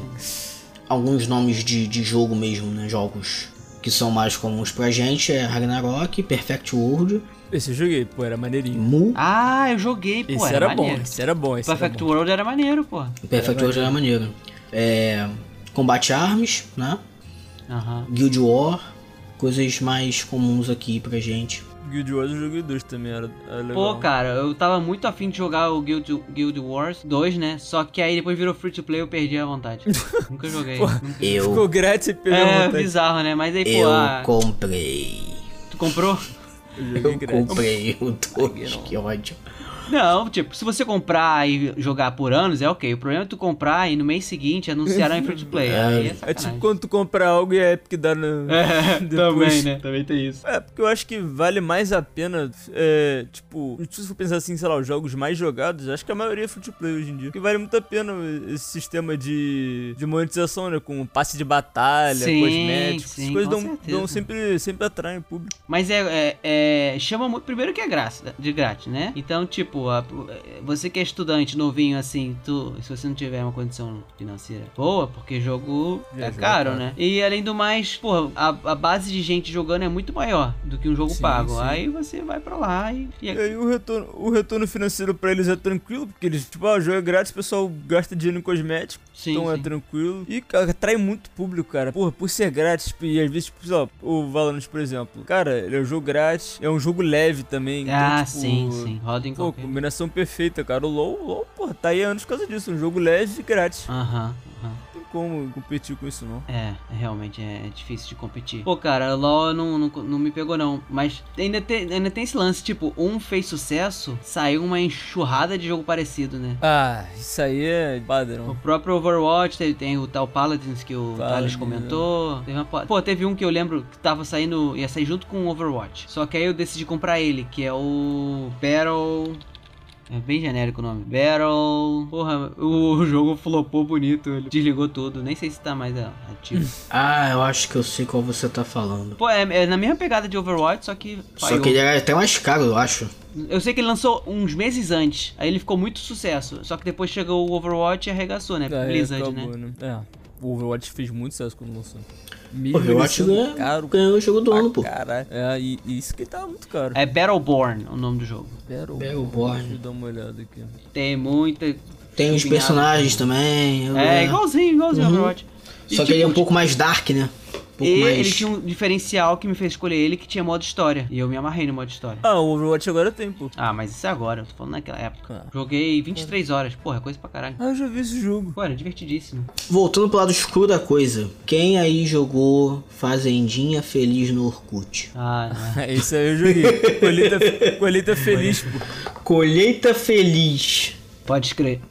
alguns nomes de, de jogo mesmo, né? Jogos que são mais comuns pra gente é Ragnarok, Perfect World,
Esse eu joguei, pô, era maneirinho.
Mu.
Ah, eu joguei, pô.
Esse era, bom,
maneiro.
esse era bom, esse
Perfect
era bom.
World era maneiro, pô.
Perfect World era maneiro. É, Combate Arms, né?
Aham.
Guild War, coisas mais comuns aqui pra gente.
Guild Wars eu joguei dois também, era, era legal.
Pô, cara, eu tava muito afim de jogar o Guild, Guild Wars 2, né? Só que aí depois virou free to play e eu perdi a vontade. Nunca joguei. Nunca-
Eu,
Ficou grátis e pegou a
É
vontade.
bizarro, né? Mas aí, pô,
eu
ah,
comprei.
tu comprou?
Eu joguei
Eu
grátis.
comprei o 2, que ódio.
Não, tipo, se você comprar e jogar por anos, é ok. O problema é tu comprar e no mês seguinte anunciará em free to play. Aí é
É
sacanagem.
tipo quando tu compra algo e a Epic dá no...
É,
depois.
também, né? Também tem isso.
É, porque eu acho que vale mais a pena, é, tipo, se você for pensar assim, sei lá, os jogos mais jogados, acho que a maioria é free to play hoje em dia. Porque vale muito a pena esse sistema de, de monetização, né? Com passe de batalha,
Sim,
cosméticos,
sim,
essas coisas
com
dão,
certeza.
dão sempre, sempre atraem o público.
Mas é, é- é- chama muito. Primeiro que é graça, de grátis, né? Então, tipo, a- você que é estudante novinho assim, tu, se você não tiver uma condição financeira boa, porque jogo
É,
é
jogo é
caro,
caro.
né? E além do mais, porra, a, a base de gente jogando é muito maior do que um jogo
Sim,
pago.
sim. Então,
Aí você vai pra lá e. e
E
é-
aí o retorno, o retorno financeiro pra eles é tranquilo, porque eles, tipo, ah, o jogo é grátis, o pessoal gasta dinheiro em cosméticos.
sim,
então é
sim.
tranquilo. E cara, atrai muito público, cara. Porra, por ser grátis, tipo, e às vezes, tipo, sei lá, o Valorant, por exemplo. Cara, ele é um jogo grátis, é um jogo leve também. então,
ah,
tipo,
sim, sim. Roda em
Pô,
qualquer.
combinação perfeita, cara. O LoL, o LoL, porra, tá aí há anos por causa disso. Um jogo leve e grátis.
Aham, aham.
Não tem como competir com isso, não.
É, realmente é difícil de competir. Pô, cara, LOL não, não, não me pegou, não. Mas ainda tem, ainda tem esse lance, tipo, um fez sucesso, saiu uma enxurrada de jogo parecido, né?
Ah, isso aí é
O
padrão.
próprio Overwatch, teve, tem o tal Paladins que o
Paladins,
Thales comentou. Teve uma po- Pô, teve um que eu lembro que tava saindo, ia sair junto com o Overwatch. Só que aí eu decidi comprar ele, que é o Battle... É bem genérico o nome. Battle... Porra, o jogo flopou bonito, ele desligou tudo. Nem sei se tá mais é, ativo.
Ah, eu acho que eu sei qual você tá falando.
Pô, é, é na mesma pegada de Overwatch, só que
Só
falhou.
que ele é- era até mais caro, eu acho.
Eu sei que ele lançou uns meses antes. Aí ele ficou muito sucesso. Só que depois chegou o Overwatch e arregaçou, né?
Aí
Blizzard, né?
É, acabou, É. O Overwatch fez muito sucesso quando lançou. Mesmo
Pô, eu
ele
acho
sendo
é
que
caro
ganhou o jogo do
pra
ano, pô.
Caralho. É, e, e isso que tá muito caro.
É Battleborn o nome do jogo.
Battle-
Battleborn.
Deixa eu dar uma olhada aqui.
Tem muita.
Tem os
combinado.
personagens também. eu-
É, igualzinho, igualzinho ao Overwatch.
Só que ele é um pouco mais dark, né? Um pouco
e
mais.
ele tinha um diferencial que me fez escolher ele que tinha modo história. E eu me amarrei no modo história.
Ah, o Overwatch agora tem, pô.
Ah, mas isso é agora, eu tô falando naquela época.
Ah.
Joguei 23 horas, porra, coisa pra caralho.
Ah, eu já vi esse jogo.
Pô, era divertidíssimo.
Voltando pro lado escuro da coisa. Quem aí jogou Fazendinha Feliz no Orkut?
Ah, não.
É, Isso aí eu joguei. Colheita, colheita feliz, pô.
Colheita Feliz.
Pode escrever.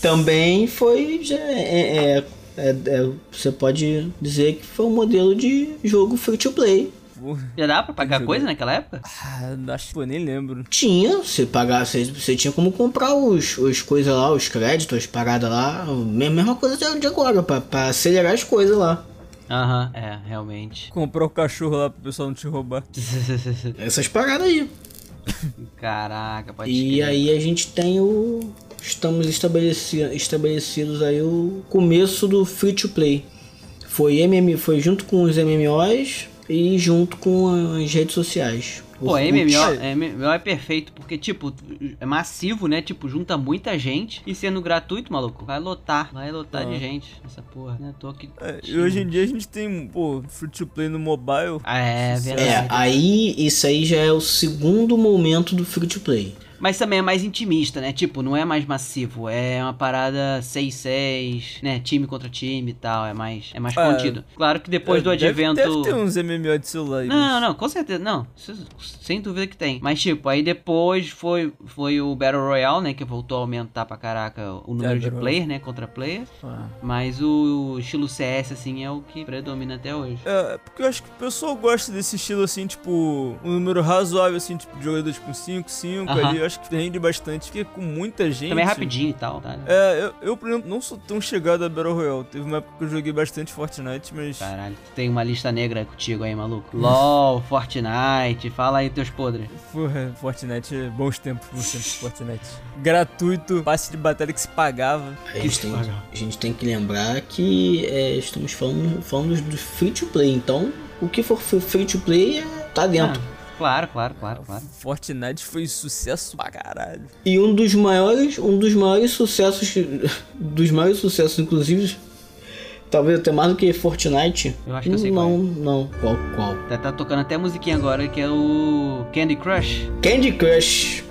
Também foi. já- é- é- é- é- você pode dizer que foi um modelo de jogo free to play.
Porra.
Já dá pra pagar coisa naquela época?
Ah, acho que pô, nem lembro.
Tinha, você pagava, você, você tinha como comprar os, os coisas lá, os créditos, as paradas lá. Me- Mesma coisa de- de agora, pra, pra acelerar as coisas lá.
Aham, é, realmente.
Comprar o cachorro lá pro pessoal não te roubar.
Essas paradas aí.
Caraca, pode
E
escrever.
aí a gente tem o. Estamos estabeleci- estabelecidos aí o começo do free to play. Foi, MM, foi junto com os MMOs e junto com as redes sociais.
Pô,
Orkut.
MMO, é, MMO é perfeito, porque, tipo, é massivo, né? Tipo, junta muita gente. E sendo gratuito, maluco, vai lotar. Vai lotar de gente essa porra. Não é à toa que-
Ah. É, e hoje em dia a gente tem, pô, free to play no mobile.
Ah, é verdade.
É, aí isso aí já é o segundo momento do free to play.
Mas também é mais intimista, né? Tipo, não é mais massivo. É uma parada 6-6, né? Time contra time e tal. É mais, é mais
É.
contido. Claro que depois do
Deve-
advento.
Deve, ter um uns MMO de celular aí.
Não, não, com certeza, não. Isso- Sem dúvida que tem. Mas, tipo, aí depois foi, foi o Battle Royale, né? Que voltou a aumentar pra caraca o número de
Battle
player, né? Contra player.
Ah.
Mas o estilo CS, assim, é o que predomina até hoje.
É, porque eu acho que o pessoal gosta desse estilo assim, tipo, um número razoável, assim, tipo, de jogadores com 5, 5
Aham.
ali, eu acho que rende bastante, porque com muita gente. né?
Também é rapidinho e tal, tá?
É, eu, eu, por exemplo, não sou tão chegado a Battle Royale. Teve uma época que eu joguei bastante Fortnite, mas.
Tá.
Caralho, tu tem uma lista negra contigo aí, maluco. LOL, Fortnite, fala aí teus podres.
Porra, Fortnite, é bons tempos, bons tempos, Fortnite. Gratuito, passe de batalha que se pagava.
A gente, É tem, a gente tem que lembrar que é, estamos falando, falando do free to play, então o que for free to play é, tá dentro.
Ah, claro, claro, claro, claro.
Fortnite foi um sucesso pra caralho.
Ah.
E um dos maiores, um dos maiores sucessos, dos maiores sucessos, inclusive, talvez até mais do que Fortnite.
Eu acho que eu sei qual é.
Não, não. Qual, qual?
Tá, tá tocando até musiquinha agora, que é o Candy Crush.
Candy Crush.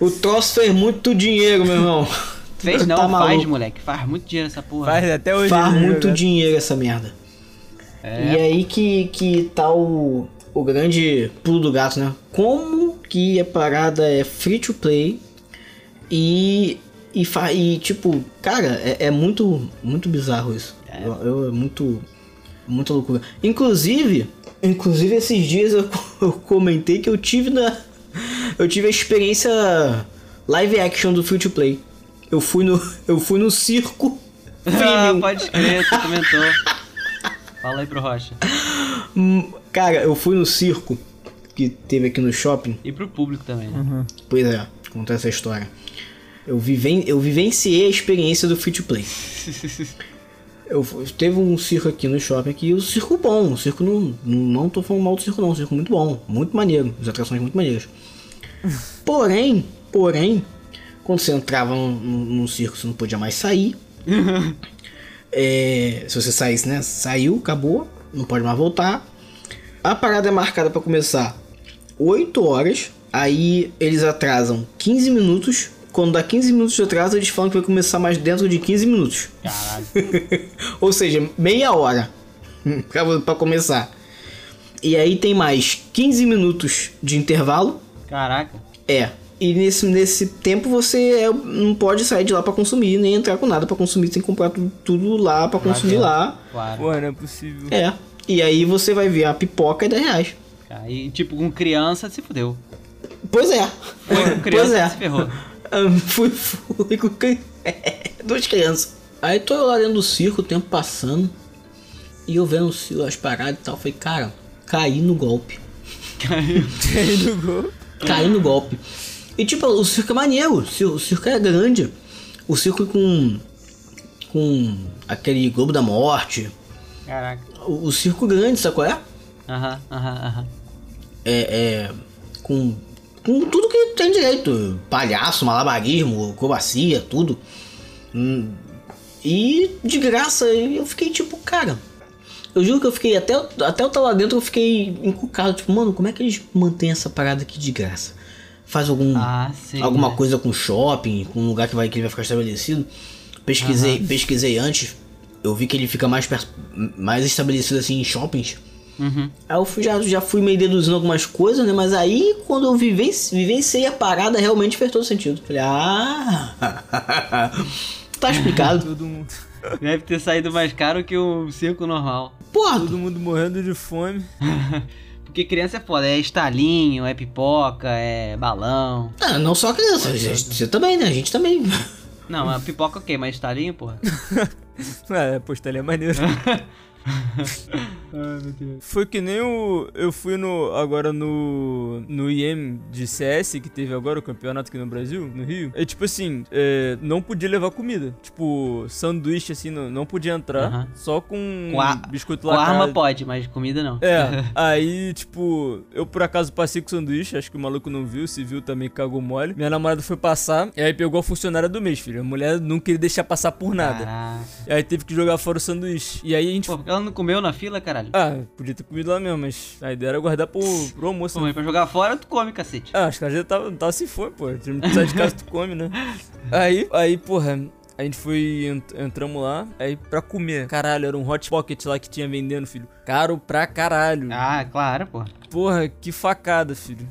o troço fez muito dinheiro, meu irmão.
Fez não,
Tá
faz,
maluco.
moleque. Faz muito dinheiro essa porra.
Faz até hoje.
Faz
né, É.
muito
jogar.
dinheiro essa merda. E aí que, que tá o, o grande pulo do gato, né? Como que a parada é free to play e, e, fa- e tipo, cara, é, é muito, muito bizarro isso. Eu, eu- é muito, muita loucura. Inclusive, inclusive esses dias eu, co- eu comentei que eu tive na, eu tive a experiência live action do free to play. Eu fui no, eu fui no circo.
Ah,
premium.
pode crer, tu comentou. Fala aí pro Rocha.
Hum, Cara, eu fui no circo que teve aqui no shopping.
E pro público também. né?
Pois é, contar essa história. Eu, viven eu vivenciei a experiência do free to play. Eu, fu- teve um circo aqui no shopping aqui, o circo bom, um circo não, não tô falando mal do circo não, um circo muito bom, muito maneiro, as atrações muito maneiras. Porém, porém, quando você entrava num, num- num circo você não podia mais sair. É, se você saísse, né? Saiu, acabou, não pode mais voltar. A parada é marcada pra começar 8 horas, aí eles atrasam 15 minutos quando dá 15 minutos de atraso, eles falam que vai começar mais dentro de 15 minutos.
Caralho.
Ou seja, meia hora pra, pra começar. E aí tem mais 15 minutos de intervalo.
Caraca.
É. E nesse, nesse tempo você é- não pode sair de lá pra consumir, nem entrar com nada pra consumir, tem que comprar tudo, tudo lá pra consumir
dentro.
lá.
Claro.
Porra, não é possível.
É. E aí você vai ver a pipoca é 10 reais.
Cara, E tipo, com criança se fudeu.
Pois é.
Foi com
Pois
criança
é.
se ferrou.
Ahn, fui, fui com cri- duas crianças. Aí tô eu lá dentro do circo, o tempo passando. E eu vendo o circo, as paradas e tal. Falei, cara, caí no golpe.
Aí no gol.
Caí no golpe. E tipo, o circo é maneiro. O circo, o circo é grande. O circo com. com aquele Globo da Morte.
Caraca.
O, o circo grande, sabe qual é?
Aham, aham, aham.
É. é com, com tudo que tem direito: palhaço, malabarismo, acrobacia, tudo. Hum, E de graça, eu fiquei tipo, cara. Eu juro que eu fiquei, até, até eu estar lá dentro, eu fiquei encucado. Tipo, mano, como é que eles mantêm essa parada aqui de graça? Faz algum.
Ah, sim.
alguma
né?
coisa com shopping, com um lugar que vai, que ele vai ficar estabelecido. Pesquisei, pesquisei antes, eu vi que ele fica mais, perto- mais estabelecido assim em shoppings.
Uhum.
Aí eu fui- já, já fui meio deduzindo algumas coisas, né? Mas aí quando eu vivenci- vivenciei a parada, realmente fez todo sentido. Falei, ah, tá explicado.
Todo mundo.
Deve ter saído mais caro que um circo normal.
Porra,
Todo mundo morrendo de fome.
Porque criança é foda, é estalinho, é pipoca, é balão.
ah, não só criança, você também, né? A gente também.
Não, mas pipoca ok, mas estalinho, porra.
É, postaria maneiro. Foi que nem o. Eu fui no. Agora no. No IEM de CS, que teve agora o campeonato aqui no Brasil, no Rio. É tipo assim, é, não podia levar comida. Tipo, sanduíche assim, não, não podia entrar.
Aham.
Só com,
Com a-
biscoito
Com arma
lacrado.
pode, mas comida não.
É, aí, tipo, eu por acaso passei com sanduíche, acho que o maluco não viu, se viu também cagou mole. Minha namorada foi passar, e aí pegou a funcionária do mês, filho. A mulher não queria deixar passar por nada.
Caraca.
E aí teve que jogar fora o sanduíche. E aí a gente.
Pô, porque ela não comeu na fila, caralho.
Ah, podia ter comido lá mesmo, mas a ideia era guardar pro, pro almoço.
Pô,
né?
mas pra jogar fora, tu come, cacete.
Ah, os caras já tava, tava se fome, pô. Tu não sai de casa, tu come, né? Aí, aí, porra, a gente foi, ent- entramos lá, aí pra comer. Caralho, era um hot pocket lá que tinha vendendo, filho. Caro pra caralho.
Ah, claro, porra.
Porra, que facada, filho.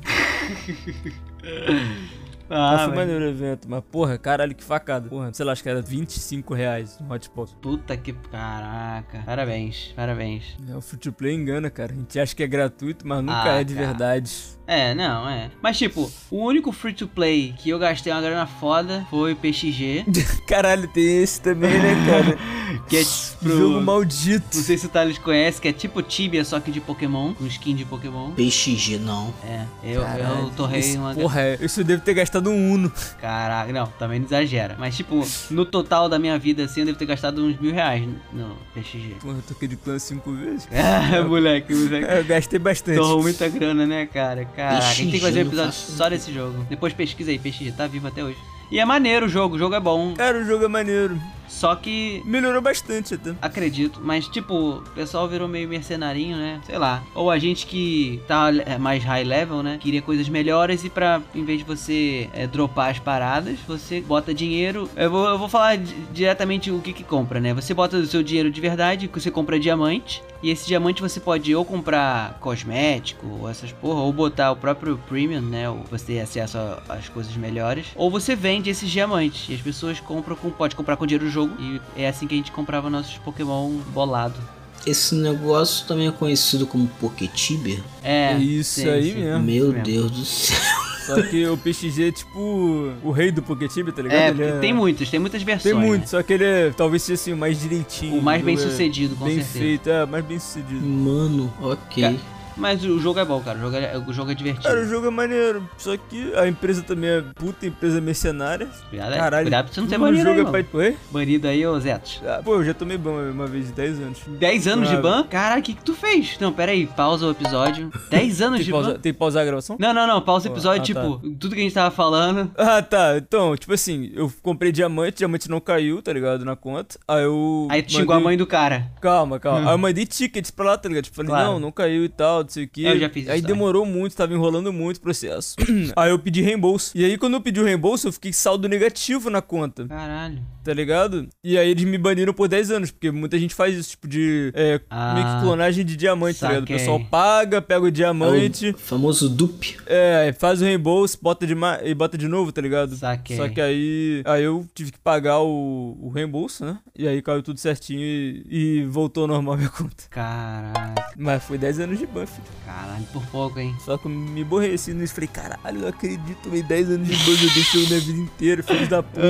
Mas
Ah,
foi
mas...
maneiro o evento, mas porra, caralho, que facada. Porra, sei lá, acho que era 25 reais um hot pocket.
Puta que. Caraca. Parabéns, parabéns.
É, o free to play engana, cara. A gente acha que é gratuito, mas nunca
Ah,
é de
cara.
verdade.
É, não, é. Mas, tipo, o único free to play que eu gastei uma grana foda foi PXG.
Caralho, tem esse também, né, cara?
Que é pro.
Jogo
Não
maldito.
sei se o Thales conhece, que é tipo Tibia, só que de Pokémon, com skin de Pokémon.
PXG, não.
É, eu,
Caralho,
eu torrei
esse-
uma.
Porra, é, isso eu devo ter gastado um Uno.
Caraca, não, também não exagera. Mas, tipo, no total da minha vida, assim, eu devo ter gastado uns mil reais no PXG.
Porra, eu toquei de clã cinco vezes.
Ah, moleque, moleque.
É, eu gastei bastante.
Torrou muita grana, né, cara? Caraca, a gente tem que fazer um
PXG,
episódio
eu faço
só desse jogo. Depois pesquisa aí, PXG, tá vivo até hoje. E é maneiro o jogo, o jogo é bom.
Cara, o jogo é maneiro.
Só que
Melhorou bastante até.
Acredito, mas tipo, o pessoal virou meio mercenarinho, né? Sei lá. Ou a gente que tá é, mais high level, né? Queria coisas melhores e pra, em vez de você é, dropar as paradas, você bota dinheiro. Eu vou, eu vou falar di- diretamente o que que compra, né? Você bota o seu dinheiro de verdade, que você compra diamante. E esse diamante você pode ou comprar cosmético, ou essas porra, ou botar o próprio premium, né? Ou você ter acesso a- às coisas melhores. Ou você vende esses diamantes. E as pessoas compram com. Pode comprar com dinheiro do jogo. E é assim que a gente comprava nossos Pokémon bolado.
Esse negócio também é conhecido como Poketiber.
É.
isso
sim,
aí
sim.
mesmo.
Meu
mesmo.
Deus do céu.
Só que o PXG é tipo o rei do Poketiba, tá ligado?
É,
Ele
porque tem muitos, tem muitas
Tem
versões.
muito,
né?
só que ele é, talvez seja assim, o mais direitinho.
O mais
entendeu?
bem sucedido, com
bem
certeza.
feito, é, mais bem sucedido.
Mano, ok.
Mas o jogo é bom, cara. O jogo é, o jogo é divertido.
Cara, o jogo é maneiro, só que a empresa também é puta, empresa mercenária.
Cuidado aí.
Caralho,
Cuidado pra você não ter
tudo no
banido aí,
jogo é
mano.
pra... Oi?
Banido aí, ô Zetos.
Ah, Pô, eu já tomei ban uma vez de 10 anos.
10 anos de
Ah,
ban? Caralho, o que, que tu fez? Não, pera aí, pausa o episódio. 10 anos
Tem
de
que,
ban?
pausar, tem que pausar a gravação?
Não, não, não. Pausa o
Pô,
episódio,
ah,
tipo, tudo que a gente tava falando.
Ah, tá. Então, tipo assim, eu comprei diamante, diamante não caiu, tá ligado? Na conta. Aí eu.
Aí tu xingou a
mandei-
mãe do cara.
Calma, calma. Aí eu mandei tickets pra lá, tá ligado? Tipo, falei,
Claro.
não, não caiu e tal, não sei o quê.
Eu já fiz isso
Aí
também.
demorou muito, tava enrolando muito o processo. aí eu pedi reembolso. E aí quando eu pedi o reembolso, eu fiquei saldo negativo na conta,
Caralho.
tá ligado? E aí eles me baniram por 10 anos, porque muita gente faz isso, tipo de... É,
Ah,
meio que clonagem de diamante, tá ligado? O
saquei.
pessoal paga, pega o diamante...
O famoso dupe.
É, faz o reembolso, bota de ma- e bota de novo, tá ligado?
Saquei.
Só que aí, aí eu tive que pagar o, o reembolso, né? E aí caiu tudo certinho e, e voltou ao normal minha conta.
Caralho.
Mas foi 10 anos de buff.
Caralho, por pouco, hein?
Só que eu me borrei assim nisso. Falei, caralho, não acredito, tomei 10 anos de buff, eu deixei minha vida inteira, filho da puta.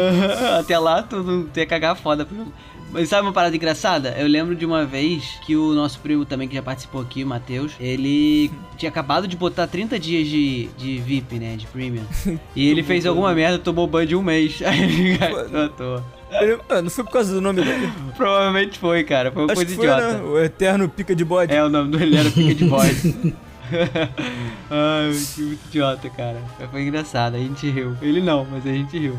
Até lá, tu não ia cagar foda pro jogo. Mas sabe uma parada engraçada? Eu lembro de uma vez que o nosso primo também, que já participou aqui, o Matheus, ele tinha acabado de botar 30 dias de, de VIP, né? De premium. E ele fez alguma merda, tomou banho de um mês. Aí ele gastou à toa.
Ele- ah, não foi por causa do nome dele?
Provavelmente foi, cara. Foi uma
Acho
coisa
que foi,
idiota.
né? O Eterno Pica de Bode.
É, o nome dele era Pica de Boy. Ai, que muito idiota, cara. Mas Foi engraçado, a gente riu. Ele não, mas a gente riu.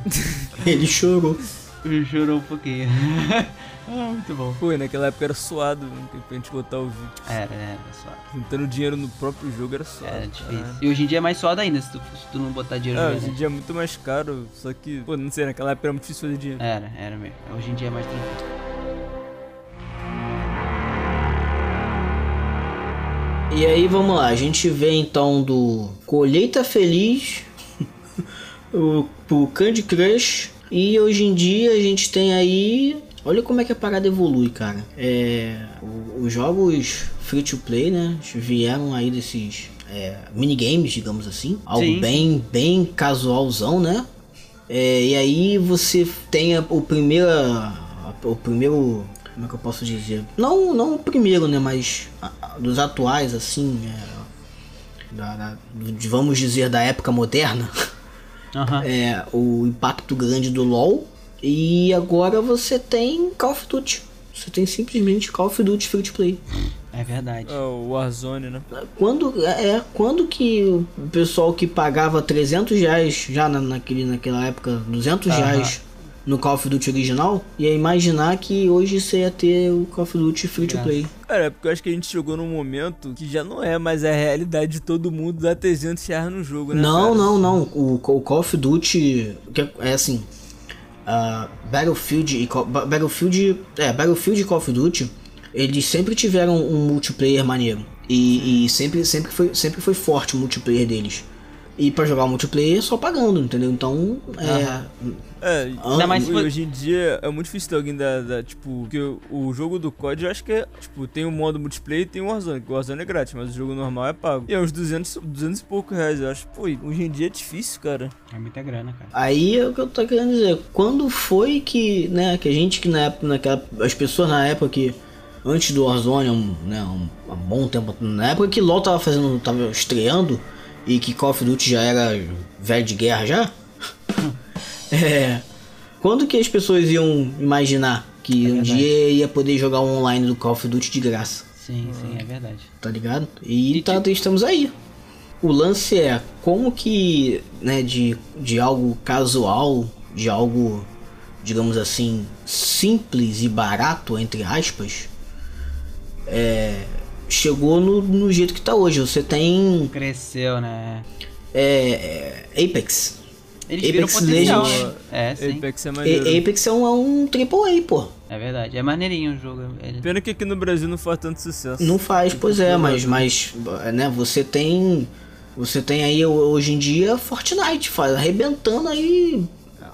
Ele chorou.
Ele chorou um pouquinho. ah, muito bom.
Foi, naquela época era suado, né? pra gente botar o vídeo. tipo,
Era, era suado.
Juntando dinheiro no próprio jogo era suado.
Era difícil.
caralho.
E hoje em dia é mais suado ainda, se tu, se tu não botar dinheiro
É,
no
hoje em
jogo.
dia é muito mais caro, só que, pô, não sei, naquela época era muito difícil fazer dinheiro.
Era, era mesmo. Hoje em dia é mais tranquilo.
E aí, vamos lá. A gente vê então do Colheita Feliz o, pro Candy Crush. E hoje em dia a gente tem aí. Olha como é que a parada evolui, cara. É, o- os jogos free to play, né? Vieram aí desses é, minigames, digamos assim. Algo
Sim.
bem, bem casualzão, né? É, e aí você tem a- o primeiro. O primeiro. Como é que eu posso dizer? Não, não o primeiro, né? Mas a- a- dos atuais, assim. é, da- da- de- vamos dizer, da época moderna.
Aham.
É, o impacto grande do LoL. E agora você tem Call of Duty. Você tem simplesmente Call of Duty Free to Play.
É verdade.
É, o Warzone, né?
Quando, é, é, quando que o pessoal que pagava 300 reais, já na, naquele, naquela época, 200
Aham.
reais no Call of Duty original, ia imaginar que hoje você ia ter o Call of Duty Free to
É.
Play.
Cara, é porque eu acho que a gente chegou num momento que já não é mais a realidade de todo mundo dar 300 reais no jogo, né?
Não,
cara?
não, não. O, o Call of Duty que é- é assim. ah, Battlefield e Call- Ba- Battlefield, é, Battlefield e Call of Duty, eles sempre tiveram um multiplayer maneiro e, e sempre, sempre foi, sempre foi forte o multiplayer deles. E pra jogar multiplayer só pagando, entendeu? Então, é,
É,
Ainda
mais se for-
hoje em dia é muito difícil ter alguém da, da- tipo, porque o- o jogo do COD eu acho que é, tipo, tem o modo multiplayer e tem o Warzone, que o Warzone é grátis, mas o jogo normal é pago. E é uns 200, 200 e poucos reais, eu acho. Pô, hoje em dia é difícil, cara.
É muita grana, cara.
Aí é o que eu tô querendo dizer. Quando foi que, né, que a gente que na época, naquela, as pessoas na época que antes do Warzone, um, né, um, há bom tempo, na época que LoL tava fazendo, tava estreando e que Call of Duty já era velho de guerra já. é, quando que as pessoas iam imaginar que um dia ia poder jogar o online do Call of Duty de graça?
Sim, sim, é verdade.
tá ligado? E tá, estamos aí. O lance é como que, né, de, de algo casual, de algo, digamos assim, simples e barato, entre aspas, é, chegou no, no jeito que tá hoje. Você tem
Cresceu, né?
é, é, Apex.
Eles
Apex
viram potencial,
Legends.
né? É, sim.
Apex é maneiro.
A, Apex é um, é um AAA, pô.
É verdade. É maneirinho o jogo. é Ele...
Pena que aqui no Brasil não faz tanto sucesso.
Não faz, pois é, mas, mas né, você tem... Você tem aí hoje em dia Fortnite faz, arrebentando aí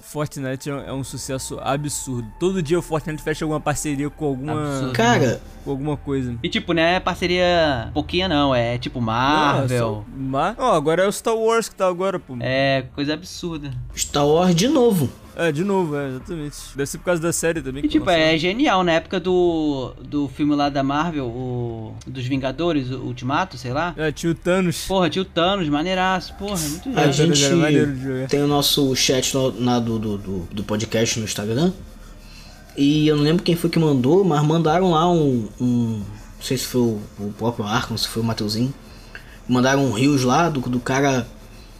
Fortnite é um- é um sucesso absurdo. Todo dia o Fortnite fecha alguma parceria com alguma,
Absurdo.
Cara,
com alguma coisa.
E tipo, não é parceria pouquinha não, é tipo Marvel.
Nossa, Mar... Ó, agora é o Star Wars que tá agora, pô. É,
É coisa absurda.
Star Wars de novo.
de novo, é, exatamente. Deve ser por causa da série também.
E
que
tipo,
lançou.
é genial. Na época do, do filme lá da Marvel, o dos Vingadores, o Ultimato, sei lá.
É, tinha o Thanos.
Porra, tinha o Thanos, maneiraço, porra, muito
A
legal.
Thanos era
gente
é maneiro de jogar.
tem o nosso chat no- na, do, do, do- do podcast no Instagram. E eu não lembro quem foi que mandou, mas mandaram lá um. um- não sei se foi o, o próprio Arkham, se foi o Mateuzinho. Mandaram um rios lá do, do cara.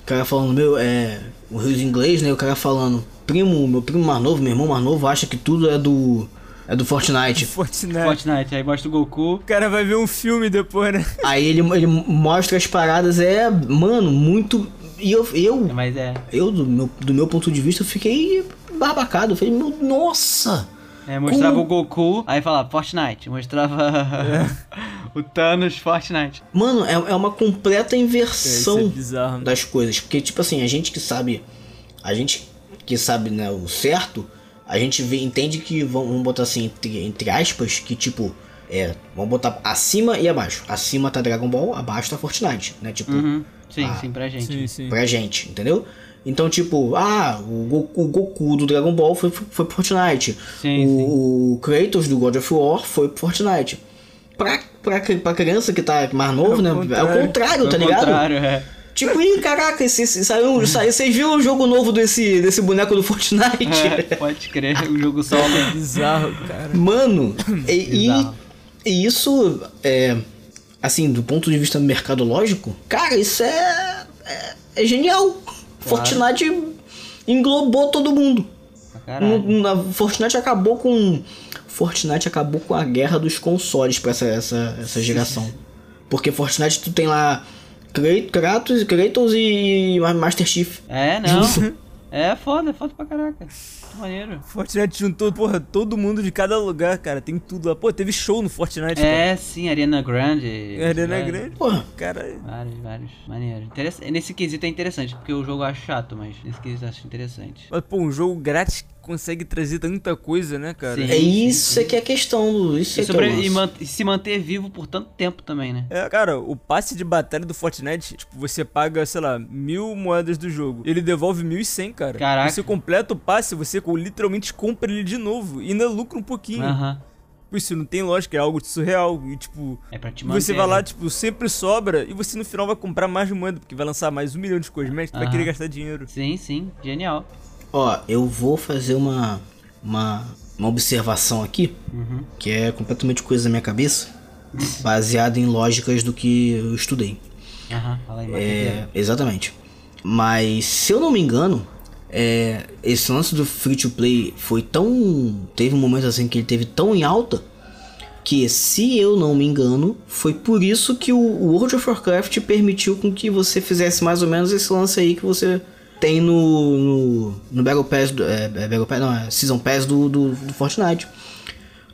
O cara falando, meu, é. Um rios em inglês, né? O cara falando, primo, meu primo mais novo, meu irmão mais novo, acha que tudo é do. É do Fortnite.
Fortnite.
Fortnite, aí mostra o Goku.
O cara vai ver um filme depois, né?
Aí ele, ele mostra as paradas, é, mano, muito. E eu, eu,
Mas é.
eu do, meu, do meu ponto de vista, eu fiquei barbacado. Eu falei, meu, nossa!
é mostrava
Como?
o Goku, aí falava Fortnite. Mostrava o Thanos Fortnite.
Mano, é, é uma completa
Isso é
inversão
bizarro. né?
das coisas. Porque, tipo assim, a gente que sabe. A gente que sabe né, o certo, a gente vê- entende que vão- vamos botar assim, entre, entre aspas, que tipo. É, vamos botar acima e abaixo. Acima tá Dragon Ball, abaixo tá Fortnite, né? Tipo,
Uhum. Sim,
Ah,
sim, pra gente.
Sim, sim.
pra gente, entendeu? Então, tipo, ah, o Goku, o Goku do Dragon Ball foi, foi pro Fortnite.
Sim, sim.
o, o Kratos do God of War foi pro Fortnite. Pra, pra, cri- pra criança que tá mais novo, né? É o
contrário.
contrário,
Ao
tá ligado?
contrário, Uhum. é.
Tipo, ih, caraca, esse, esse- saiu, saiu, vocês viram o jogo novo desse, desse boneco do Fortnite?
É, Pode crer, o jogo solo.
Bizarro, cara.
Mano, e, e-
Bizarro.
e isso, é, assim, do ponto de vista mercadológico, cara, isso é, é, é genial. Fortnite englobou todo mundo.
Pra Caralho.
No- na- Fortnite acabou com. Fortnite acabou com a guerra dos consoles pra essa, essa, essa geração. Porque Fortnite tu tem lá Kra- Kratos, Kratos e Master Chief.
É, não.
Junto.
É foda, é foda pra caraca. Muito
É
Maneiro.
Fortnite juntou, porra, todo mundo de cada lugar, cara. Tem tudo lá. Pô, teve show no Fortnite, cara.
É, sim, Ariana Grande. vários-
Arena tipo- É, Grande.
Porra,
Cara,
Vários, vários. Maneiro. Interessa- Nesse quesito é interessante, porque o jogo eu acho chato, mas nesse quesito eu acho interessante.
mas, pô, um jogo grátis consegue trazer tanta coisa, né, cara?
Sim.
é isso é que é a questão, Lu. Isso é
E,
que é o
sobre- e
lance.
man- e se manter vivo por tanto tempo também, né?
É, cara, o passe de batalha do Fortnite, tipo, você paga, sei lá, mil moedas do jogo. Ele devolve mil e cem, cara.
Caraca.
Você completa o passe, você co- literalmente compra ele de novo. E ainda lucra um pouquinho.
Aham.
Tipo, Isso não tem lógica, é algo surreal. E, tipo,
É pra te manter.
você vai lá,
né?
tipo, sempre sobra. E você no final vai comprar mais moeda, porque vai lançar mais um milhão de cosméticos. Tu vai
Aham.
querer gastar dinheiro.
Sim, sim. Genial.
Ó, eu vou fazer uma, uma, uma observação aqui,
Uhum.
que é completamente coisa da minha cabeça, baseada em lógicas do que eu estudei.
Aham. Fala aí,
É,
Matheus.
exatamente. Mas, se eu não me engano, é, esse lance do free to play foi tão. Teve um momento assim que ele teve tão em alta que, se eu não me engano, foi por isso que o World of Warcraft permitiu com que você fizesse mais ou menos esse lance aí que você tem no. no, no Battle Pass. do- É, é Battle Pass, não, é Season Pass do, do, do Fortnite.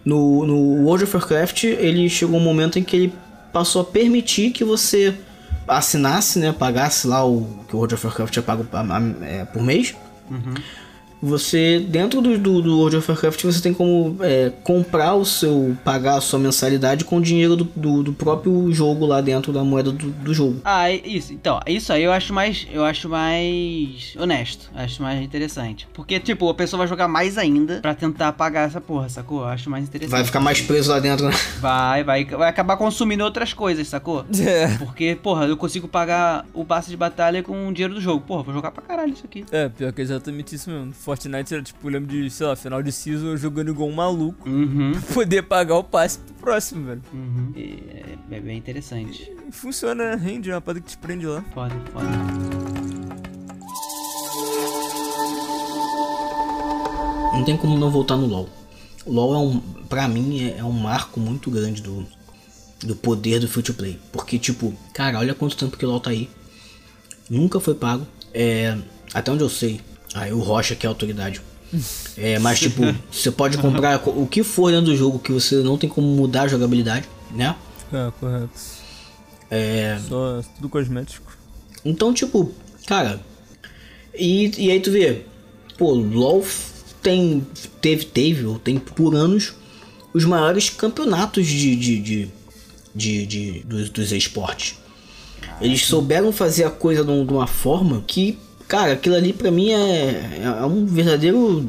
No, no World of Warcraft, ele chegou um momento em que ele passou a permitir que você assinasse, né? Pagasse lá o que o World of Warcraft é pago a- a- é, por mês. Você, dentro do, do, do World of Warcraft, você tem como é, comprar o seu. pagar a sua mensalidade com o dinheiro do, do, do próprio jogo lá dentro da moeda do, do jogo.
Ah, e- isso. Então, isso aí eu acho mais. Eu acho mais. honesto. Acho mais interessante. Porque, tipo, a pessoa vai jogar mais ainda pra tentar pagar essa porra, sacou? Eu acho mais interessante.
Vai ficar mais preso lá dentro, né?
Vai, vai, vai acabar consumindo outras coisas, sacou?
É.
Porque, porra, eu consigo pagar o passe de batalha com o dinheiro do jogo. Porra, vou jogar pra caralho isso aqui.
É, pior que é exatamente isso mesmo. Fortnite era tipo, eu lembro de, sei lá, final de season eu jogando igual um maluco.
Uhum.
Poder pagar o passe pro próximo, velho.
Uhum. É, é bem interessante.
E Funciona, né? Rende, é uma parada que te prende lá.
Foda, foda.
Não tem como não voltar no LoL. O LoL é um, pra mim, é, é um marco muito grande do, do poder do free to play. Porque, tipo, cara, olha quanto tempo que o LoL tá aí. Nunca foi pago. É, até onde eu sei. Aí o Rocha que é a autoridade. É, mas, tipo, você pode comprar co- o que for dentro do jogo que você não tem como mudar a jogabilidade, né?
É, correto. É. Só tudo cosmético.
Então, tipo, cara. E, e aí tu vê, pô, LOL tem. Teve, teve, ou tem por anos os maiores campeonatos de. de, de, de, de- dos, dos esportes. Eles souberam fazer a coisa de um- de uma forma que, cara, aquilo ali pra mim é, é um verdadeiro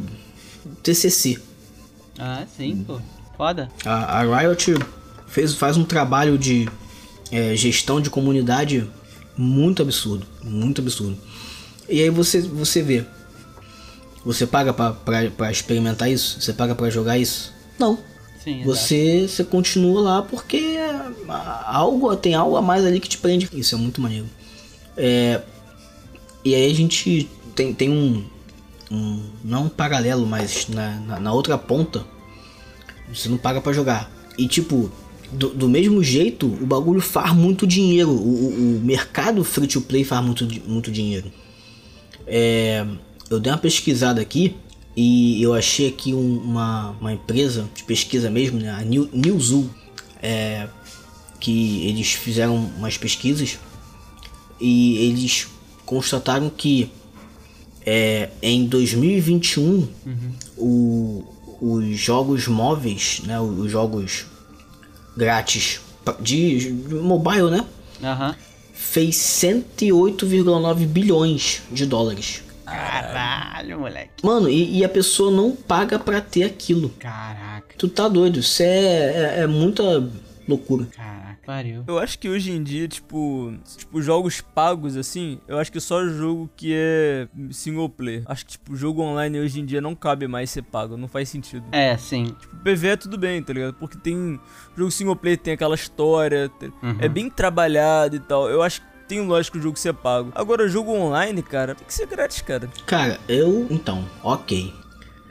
TCC.
Ah, sim, pô. Foda.
A, a Riot fez, faz um trabalho de é, gestão de comunidade muito absurdo, muito absurdo. E aí você, você vê, você paga pra- pra pra experimentar isso? Você paga pra jogar isso? Não.
Sim, exato.
Você, você continua lá porque a- algo tem algo a mais ali que te prende. Isso é muito maneiro. É, e aí a gente tem, tem um, um- Não um paralelo, mas na, na, na outra ponta Você não paga pra jogar. E tipo, do, do mesmo jeito, o bagulho faz muito dinheiro. O, o- o mercado free to play faz muito, di- muito dinheiro. É, eu dei uma pesquisada aqui e eu achei aqui um- uma, uma empresa de pesquisa mesmo, né? A New, Newzoo. É, que eles fizeram umas pesquisas e eles constataram que é, em 2021 o- os jogos móveis, né, os jogos grátis pa- de, de mobile, né,
Aham.
fez 108,9 bilhões de dólares.
Caralho, moleque.
Mano, e, e a pessoa não paga pra ter aquilo.
Caraca,
Tu tá doido, isso é, é, é muita loucura.
caraca. Pariu.
Eu acho que hoje em dia, tipo, tipo, jogos pagos, assim, eu acho que só jogo que é single player. Acho que, tipo, jogo online hoje em dia não cabe mais ser pago, não faz sentido.
É, sim.
Tipo, PV é tudo bem, tá ligado? Porque tem. Jogo single player tem aquela história, tá-
Uhum.
é bem trabalhado e tal. Eu acho que tem lógico o jogo ser pago. Agora, jogo online, cara, tem que ser grátis, cara.
Cara, eu. Então, ok.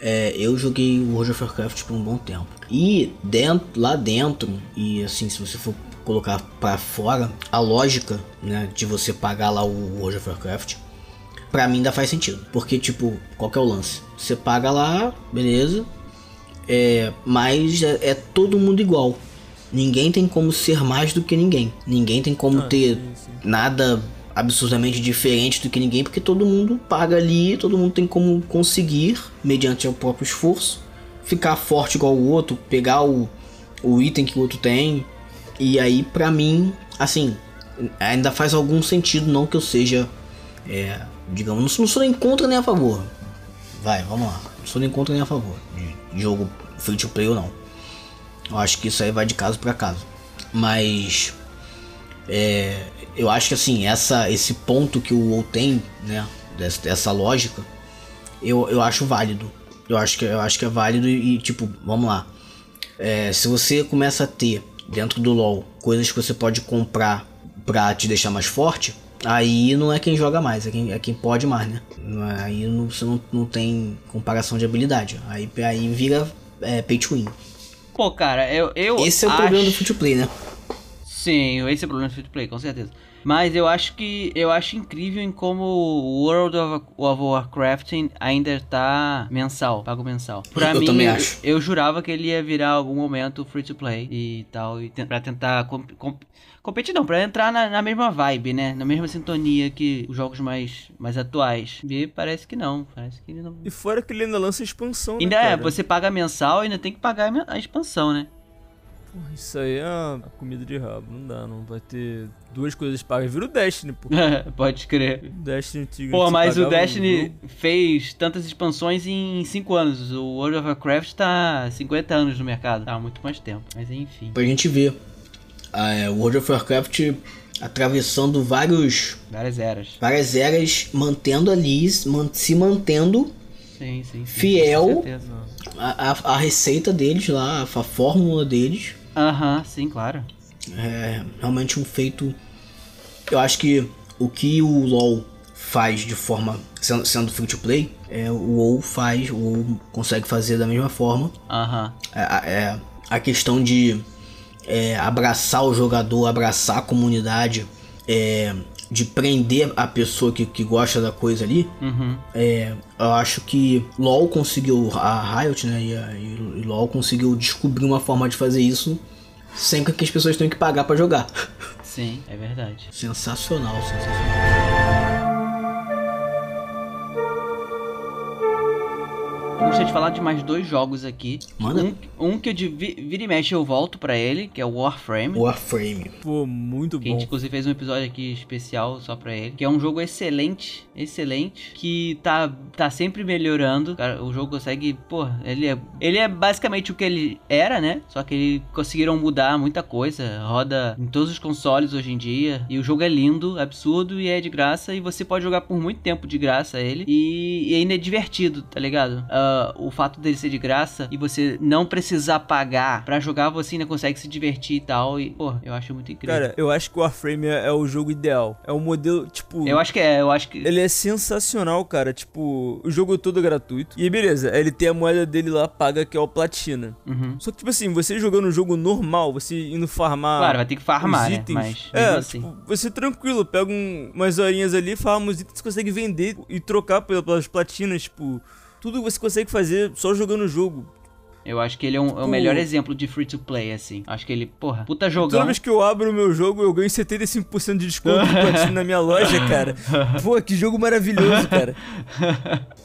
É, eu joguei o World of Warcraft por um bom tempo. E dentro, lá dentro, e assim, se você for colocar pra fora, a lógica, né, de você pagar lá o World of Warcraft, pra mim ainda faz sentido. Porque, tipo, qual que é o lance? Você paga lá, beleza. É, mas é, é todo mundo igual. Ninguém tem como ser mais do que ninguém. Ninguém tem como ter
assim.
nada absurdamente diferente do que ninguém, porque todo mundo paga ali, todo mundo tem como conseguir, mediante o próprio esforço, ficar forte igual o outro, pegar o, o item que o outro tem. E aí, pra mim, assim, ainda faz algum sentido, não que eu seja, é, digamos, não sou, não sou nem contra nem a favor. Vai, vamos lá. Não sou nem contra nem a favor de jogo free to play ou não. Eu acho que isso aí vai de caso pra caso. Mas eu acho que assim, essa, esse ponto que o WoW tem, né? Dessa, dessa lógica, eu, eu acho válido. Eu acho que, eu acho que é válido e, e, tipo, vamos lá. É, se você começa a ter dentro do LoL coisas que você pode comprar pra te deixar mais forte, aí não é quem joga mais, é quem, é quem pode mais, né? Não é- Aí não, você não, não tem comparação de habilidade. Aí, aí vira é, pay to win.
Pô, cara, eu. eu
Esse é o problema do
acho-
free to play, né?
Sim, esse é o problema do free to play, com certeza. Mas eu acho que eu acho incrível em como o World of, of Warcraft ainda tá mensal, pago mensal. Pra
Eu
mim,
também acho.
eu jurava que ele ia virar em algum momento free to play e tal, e te, pra tentar comp- comp- competir não, pra entrar na, na mesma vibe, né? Na mesma sintonia que os jogos mais, mais atuais. E parece que não, parece que ele não.
E fora que ele ainda lança expansão,
Ainda
né, cara?
é, você paga mensal e ainda tem que pagar a men- a expansão, né?
Porra, Isso aí é a comida de rabo, não dá, não. Vai ter duas coisas pagas. Vira o Destiny, pô.
Pode crer.
Destiny antigo.
Pô,
você
mas o
pagava
Destiny
um jogo.
fez tantas expansões em 5 anos. O World of Warcraft tá 50 anos no mercado. Tá há muito mais tempo. Mas enfim,
pra gente ver ah, é, o World of Warcraft atravessando vários,
várias eras.
várias eras, mantendo ali, man- se mantendo
Sim, sim. sim
Fiel.
Com certeza.
a, a- a receita deles lá, a, f- a fórmula deles.
Aham, sim, claro.
É realmente um feito. Eu acho que o que o LoL faz de forma sendo, sendo free to play, é, o WoW faz, o WoW consegue fazer da mesma forma.
Aham.
É, é, a questão de é, abraçar o jogador, abraçar a comunidade, é, de prender a pessoa que, que gosta da coisa ali.
Uhum.
É, eu acho que LoL conseguiu, a Riot né, e, a, e LoL conseguiu descobrir uma forma de fazer isso sem que as pessoas tenham que pagar pra jogar.
Sim, é verdade.
Sensacional, sensacional.
Eu Gostaria de falar de mais dois jogos aqui.
Mano,
Um, um que eu de vi- vira e mexe eu volto pra ele, que é o Warframe.
Warframe.
Pô, muito
Que a gente,
bom.
inclusive, fez um episódio aqui especial só pra ele. Que é um jogo excelente, excelente. Que tá, tá sempre melhorando. Cara, o jogo consegue, pô, ele é, ele é basicamente o que ele era, né? Só que eles conseguiram mudar muita coisa. Roda em todos os consoles hoje em dia. E o jogo é lindo, absurdo e é de graça. E você pode jogar por muito tempo de graça ele. E, e ainda é divertido, tá ligado? Ah, ah, o fato dele ser de graça e você não precisar pagar pra jogar, você ainda consegue se divertir e tal. E, pô, eu acho muito incrível.
Cara, eu acho que o Warframe é, é o jogo ideal. É o modelo, tipo.
eu acho que é, eu acho que.
Ele é sensacional, cara. Tipo, o jogo todo é gratuito. E beleza, ele tem a moeda dele lá paga, que é o platina.
Uhum.
Só que, tipo assim, você jogando um jogo normal, você indo farmar.
Claro, vai ter que farmar,
os
né?
itens.
Mas,
é,
mesmo assim.
tipo, você tranquilo, pega um- umas horinhas ali, farma os itens, consegue vender e trocar pela- pelas platinas, tipo. Tudo você consegue fazer só jogando o jogo.
Eu acho que ele é, um- é o
tipo-
melhor exemplo de free to play, assim. Acho que ele, porra, puta
Toda
jogão.
vez que eu abro o meu jogo, eu ganho 75% de desconto de platina na minha loja, cara. Pô, que jogo maravilhoso, cara.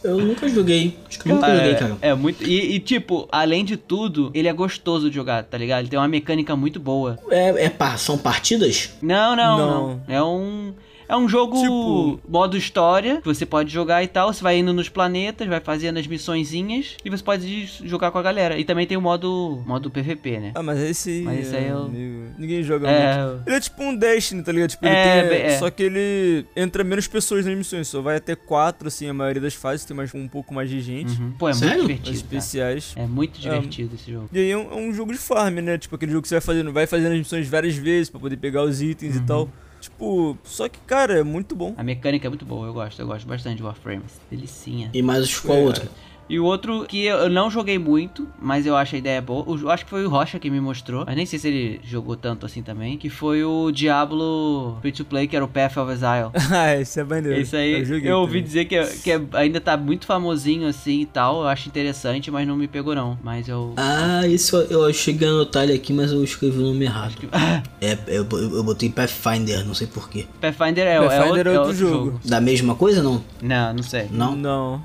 Eu nunca joguei. Acho que eu nunca
Cara,
joguei, cara.
É, é muito. E, e, tipo, além de tudo, ele é gostoso de jogar, tá ligado? Ele tem uma mecânica muito boa.
É, é par- são partidas?
Não, não, não.
Não.
É um. É um jogo
Tipo-
modo história, que você pode jogar e tal. Você vai indo nos planetas, vai fazendo as missõezinhas e você pode jogar com a galera. E também tem o modo, modo PVP, né?
Ah, mas esse aí.
Mas esse aí eu-
amigo, Ninguém joga muito.
É,
Ele é tipo um Destiny, tá ligado? Tipo, ele
É,
tem-
bem- é.
Só que ele entra menos pessoas nas missões, só vai até quatro, assim, a maioria das fases, tem mais um pouco mais de gente.
uhum. pô, é
Sério?
muito
As
divertido. cara.
especiais.
É muito divertido esse jogo.
E aí é um, é um jogo de farm, né? Tipo, aquele jogo que você vai fazendo, vai fazendo as missões várias vezes pra poder pegar os itens
Uhum.
e tal. Tipo, só que, cara, é muito bom.
A mecânica é muito boa, eu gosto, eu gosto bastante de Warframe. Delicinha.
E mais qual outro?
E o outro que eu não joguei muito, mas eu acho a ideia boa. o- Eu acho que foi o Rocha que me mostrou, mas nem sei se ele jogou tanto assim também. Que foi o Diablo Free to Play, que era o Path of Exile.
ah, esse é maneiro.
Isso aí, eu,
joguei
ouvi
também.
dizer que, é- que é- ainda tá muito famosinho assim e tal. Eu acho interessante, mas não me pegou não. Mas eu.
Ah, isso eu, eu cheguei a anotar ele aqui, mas eu escrevi o nome errado.
Ah.
É, eu, eu, eu botei Pathfinder, não sei porquê.
Pathfinder é, é
Pathfinder
outro, é outro jogo.
Da mesma coisa, não?
Não, não sei.
Não?
Não.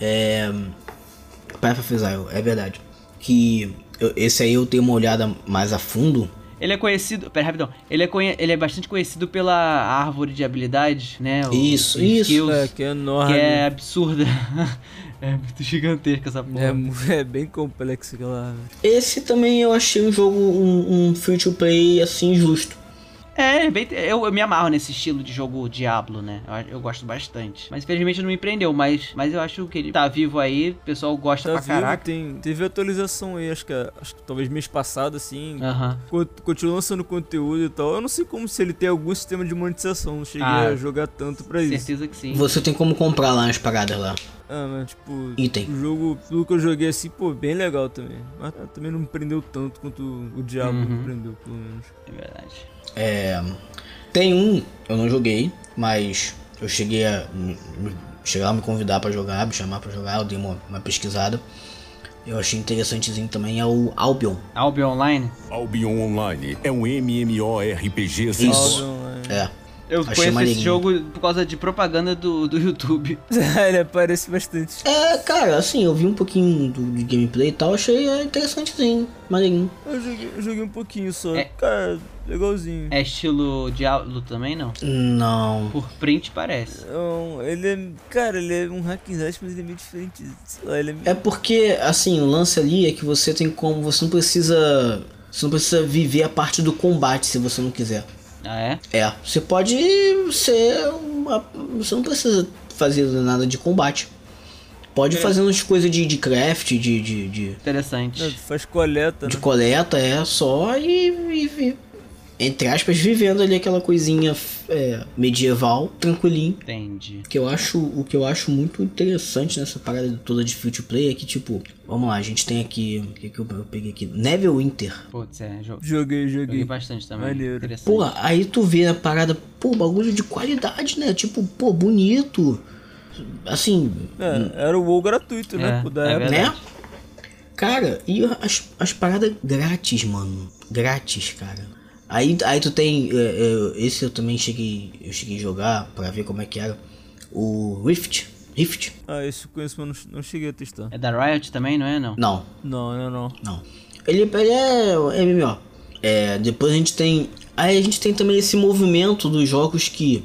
É. Path of Exile, é verdade. Que eu- esse aí eu tenho uma olhada mais a fundo.
Ele é conhecido. Pera, rapidão. Ele é, conhe- ele é bastante conhecido pela árvore de habilidade, né? o-
Isso,
os
isso,
skills,
É, que é enorme.
que é absurda. é muito gigantesca essa porra.
É mu- é bem complexo aquela.
Esse também eu achei um jogo, um, um free to play assim justo.
É, é bem- eu, eu me amarro nesse estilo de jogo Diablo, né? Eu, eu gosto bastante. Mas infelizmente não me prendeu, mas, mas eu acho que ele tá vivo aí, o pessoal gosta
Tá
pra
vivo,
caraca.
tem, teve atualização aí, acho que, acho que talvez mês passado, assim.
Aham.
co- Continua lançando conteúdo e tal. Eu não sei como se ele tem algum sistema de monetização. Não cheguei
Ah,
a jogar tanto pra É isso.
Certeza que sim.
Você tem como comprar lá as paradas lá.
Ah, mas tipo,
Item.
o jogo, tudo que eu joguei assim, pô, bem legal também. Mas ah, também não me prendeu tanto quanto o Diablo
Uhum.
me prendeu, pelo menos.
É verdade.
É, tem um, eu não joguei, mas eu cheguei a. Me, me- chegaram a me convidar pra jogar, me chamar pra jogar, eu dei uma, uma pesquisada. Eu achei interessantezinho também é o Albion.
Albion Online?
Albion Online é um MMORPG
Isso.
sensor-
É.
Eu
Achei
conheço esse
maneirinho.
jogo por causa de propaganda do, do YouTube.
ele aparece bastante.
É, cara, assim, eu vi um pouquinho do, de gameplay e tal, achei é, interessantezinho, maneirinho.
Eu joguei, eu joguei um pouquinho só.
É.
Cara, legalzinho.
É estilo Diablo também, não?
Não.
Por print parece.
Então, ele é. Cara, ele é um hack and slash, mas ele é meio diferente. Sei lá, ele é meio.
É porque, assim, o lance ali é que você tem como. Você não precisa. Você não precisa viver a parte do combate se você não quiser.
Ah, é?
É, você pode ser. uma- você não precisa fazer nada de combate. Pode fazer umas coisas de, de craft, de, de, de,
Interessante.
né, Faz coleta, né?
de coleta, é só e, e- e- Entre aspas, vivendo ali aquela coisinha é, medieval, tranquilinho.
Entendi.
O que, eu acho, o que eu acho muito interessante nessa parada toda de free to play é que, tipo, vamos lá, a gente tem aqui. O que, que eu, eu peguei aqui? Neverwinter.
Putz, é jogo.
Joguei,
Joguei
joguei.
bastante também.
Maneiro.
Interessante.
Pô, aí tu vê a parada, pô, bagulho de qualidade, né? Tipo, pô, bonito. Assim,
É, era o WoW gratuito, né?
É,
pô, da
é
época.
verdade.
né? Cara, e as, as paradas grátis, mano. Grátis, cara. Aí, aí tu tem. é, é, esse eu também cheguei. Eu cheguei a jogar pra ver como é que era. O Rift. Rift?
Ah, esse eu conheço, mas não, não cheguei a testar.
É da Riot também, não é? Não.
Não,
Não, não, não.
não. Ele, ele é MMO. É, depois a gente tem. Aí a gente tem também esse movimento dos jogos que.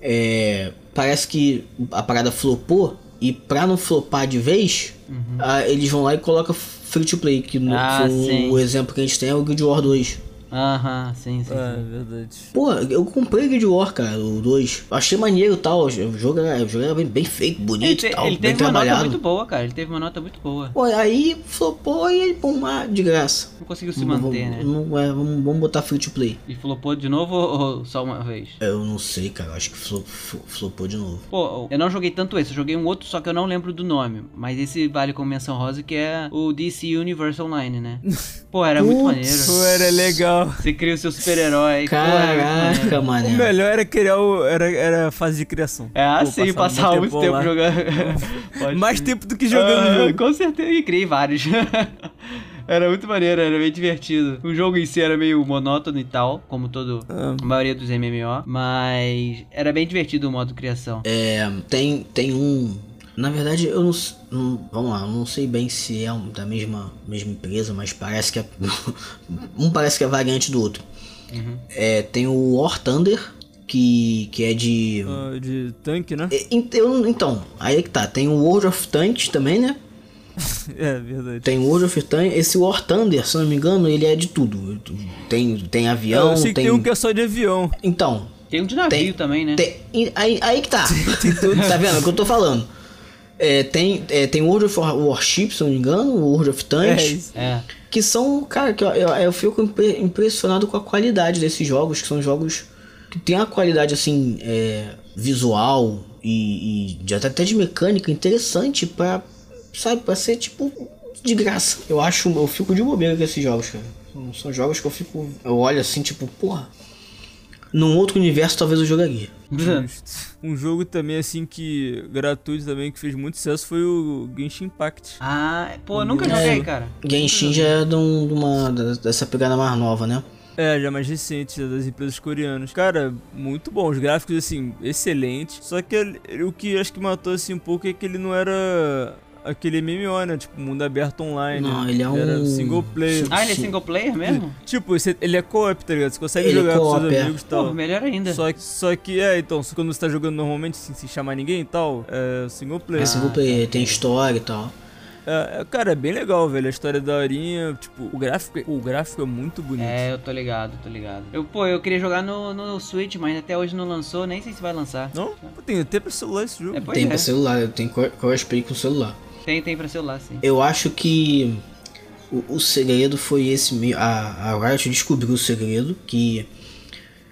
é, parece que a parada flopou. E pra não flopar de vez, ah, eles vão lá e colocam free to play. Que no-
Uhum. Ah,
foi um-
sim.
o exemplo que a gente tem é o Guild War 2.
Aham, sim, sim,
É,
sim.
verdade.
Pô, eu comprei Guild War, cara, o 2. Achei maneiro e tal. O jogo era, o jogo era bem, bem feito,
Ele,
bonito
te-
e tal,
ele
tá bem
teve uma nota
trabalhado.
muito boa, cara. Ele teve uma nota muito boa.
Pô, aí flopou e ele, pum, ah, de graça.
Não conseguiu se manter, né?
Vamos, vamos- é, vamos- vamos botar free to play.
E flopou de novo ou ou só uma vez?
Eu não sei, cara. Acho que flop- flo- flopou de novo.
Pô, eu não joguei tanto esse, eu joguei um outro, só que eu não lembro do nome. Mas esse vale como menção rosa, que é o DC Universe Online, né? Pô, era muito
Putz.
maneiro.
Pô, era legal.
Você cria o seu super-herói. pô, era muito maneiro.
Caraca,
O
mané.
melhor era criar o. Era, era a fase de criação.
É
Pô,
assim,
um
passar
tempão
muito tempo
lá.
jogando. Pode
Mais
crer.
tempo do que jogando o
Ah,
jogo.
Com certeza, e criei vários. era muito maneiro, era bem divertido. O jogo em si era meio monótono e tal, como todo
Ah.
a maioria dos MMO, mas era bem divertido o modo criação.
É, tem, tem um. Na verdade, eu não, s- não- Vamos lá, eu não sei bem se é um- da mesma, mesma empresa, mas parece que é. um parece que é variante do outro.
Uhum.
É, tem o War Thunder, que, que é de.
Ah, de tanque, né?
É, ent- eu não- então, aí é que tá. Tem o World of Tanks também, né?
É, verdade.
Tem o World of Tanks. Esse War Thunder, se eu não me engano, ele é de tudo. Tem, tem avião,
eu sei
tem.
que tem um que é só de avião.
Então,
Tem um de navio
Tem-
também, né?
Tem- e- aí, aí que tá. tá vendo? É o que eu tô falando. É, tem, é, tem World of War- Warships, se eu não me engano, World of
É
Tanks,
isso.
É.
que são, cara, que eu, eu, eu fico impre- impressionado com a qualidade desses jogos, que são jogos que tem uma qualidade, assim, é, visual e, e de, até, até de mecânica interessante pra, sabe, pra ser, tipo, de graça. Eu acho, eu fico de bobeira com esses jogos, cara. São- São jogos que eu fico, eu olho assim, tipo, porra, num outro universo talvez eu jogaria.
Justo. Um jogo também, assim, que. gratuito também, que fez muito sucesso foi o Genshin Impact.
ah, pô, eu nunca
É.
joguei, cara. Uhum.
Genshin já é de, um- de uma, da- dessa pegada mais nova, né?
É, já mais recente, já das empresas coreanas. Cara, muito bom. Os gráficos, assim, excelentes. Só que ele- o que acho que matou, assim, um pouco é que ele não era aquele MMO, né? Tipo, mundo aberto online.
Não, ele é
Era
um-
single player.
Ah, ele é
Sim.
single player mesmo?
Tipo, você- ele é co-op, tá ligado? Você consegue
Ele é
jogar com
co-op,
seus
é.
amigos e
Pô,
tal.
melhor ainda.
Só que, só que, é, então, só quando você tá jogando normalmente, sem se chamar ninguém e tal, é single player.
Ah,
Esse grupo
tá.
aí tem história e tal.
É, é, cara, é bem legal, velho. A história da horinha, tipo, o gráfico, o gráfico é muito bonito.
É, eu tô ligado, tô ligado. Eu, pô, eu queria jogar no, no Switch, mas até hoje não lançou, nem sei se vai lançar.
Não? Pô, tem até pra celular esse jogo.
É, pois
tem
é.
pra celular, tem cor- crossplay com celular.
Tem, tem pra celular, sim.
Eu acho que o, o segredo foi esse me- a, a Riot descobriu o segredo que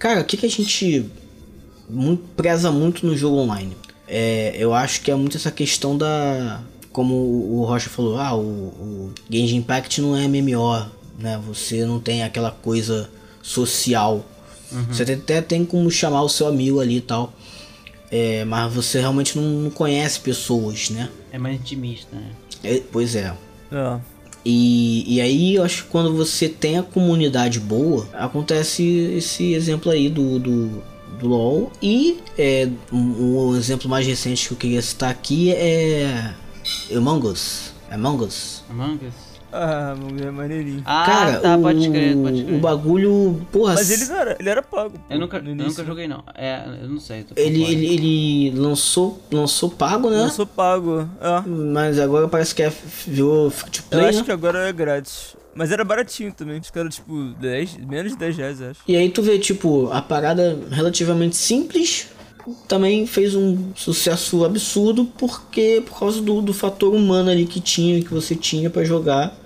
cara, o que que a gente mu- preza muito no jogo online? É, eu acho que é muito essa questão da como o o Rocha falou, ah, o, o Genshin Impact não é MMO, né? Você não tem aquela coisa social. Você até- até tem como chamar o seu amigo ali e tal. É, mas você realmente não, não conhece pessoas, né?
É mais intimista, né?
É, pois é.
É.
E, e aí eu acho que quando você tem a comunidade boa, acontece esse exemplo aí do, do, do LoL. E é, um, um exemplo mais recente que eu queria citar aqui é Among Us. Among Us.
Among Us?
Ah, mano, é maneirinho.
Ah,
Cara,
tá,
o,
pode crer, pode crer.
o bagulho, porra,
Mas ele não era, ele era pago. pô,
Eu nunca,
no
eu
início.
nunca joguei, não. É, eu não sei. Tô por
ele,
fora.
ele, ele lançou, lançou pago, né?
Eu sou pago. É.
Mas agora parece que é, virou free to
Eu
play,
acho
né?
que agora é grátis. Mas era baratinho também. Acho que era tipo 10, menos de 10 reais, eu acho.
E aí tu vê, tipo, a parada relativamente simples também fez um sucesso absurdo porque por causa do, do fator humano ali que tinha, que você tinha pra jogar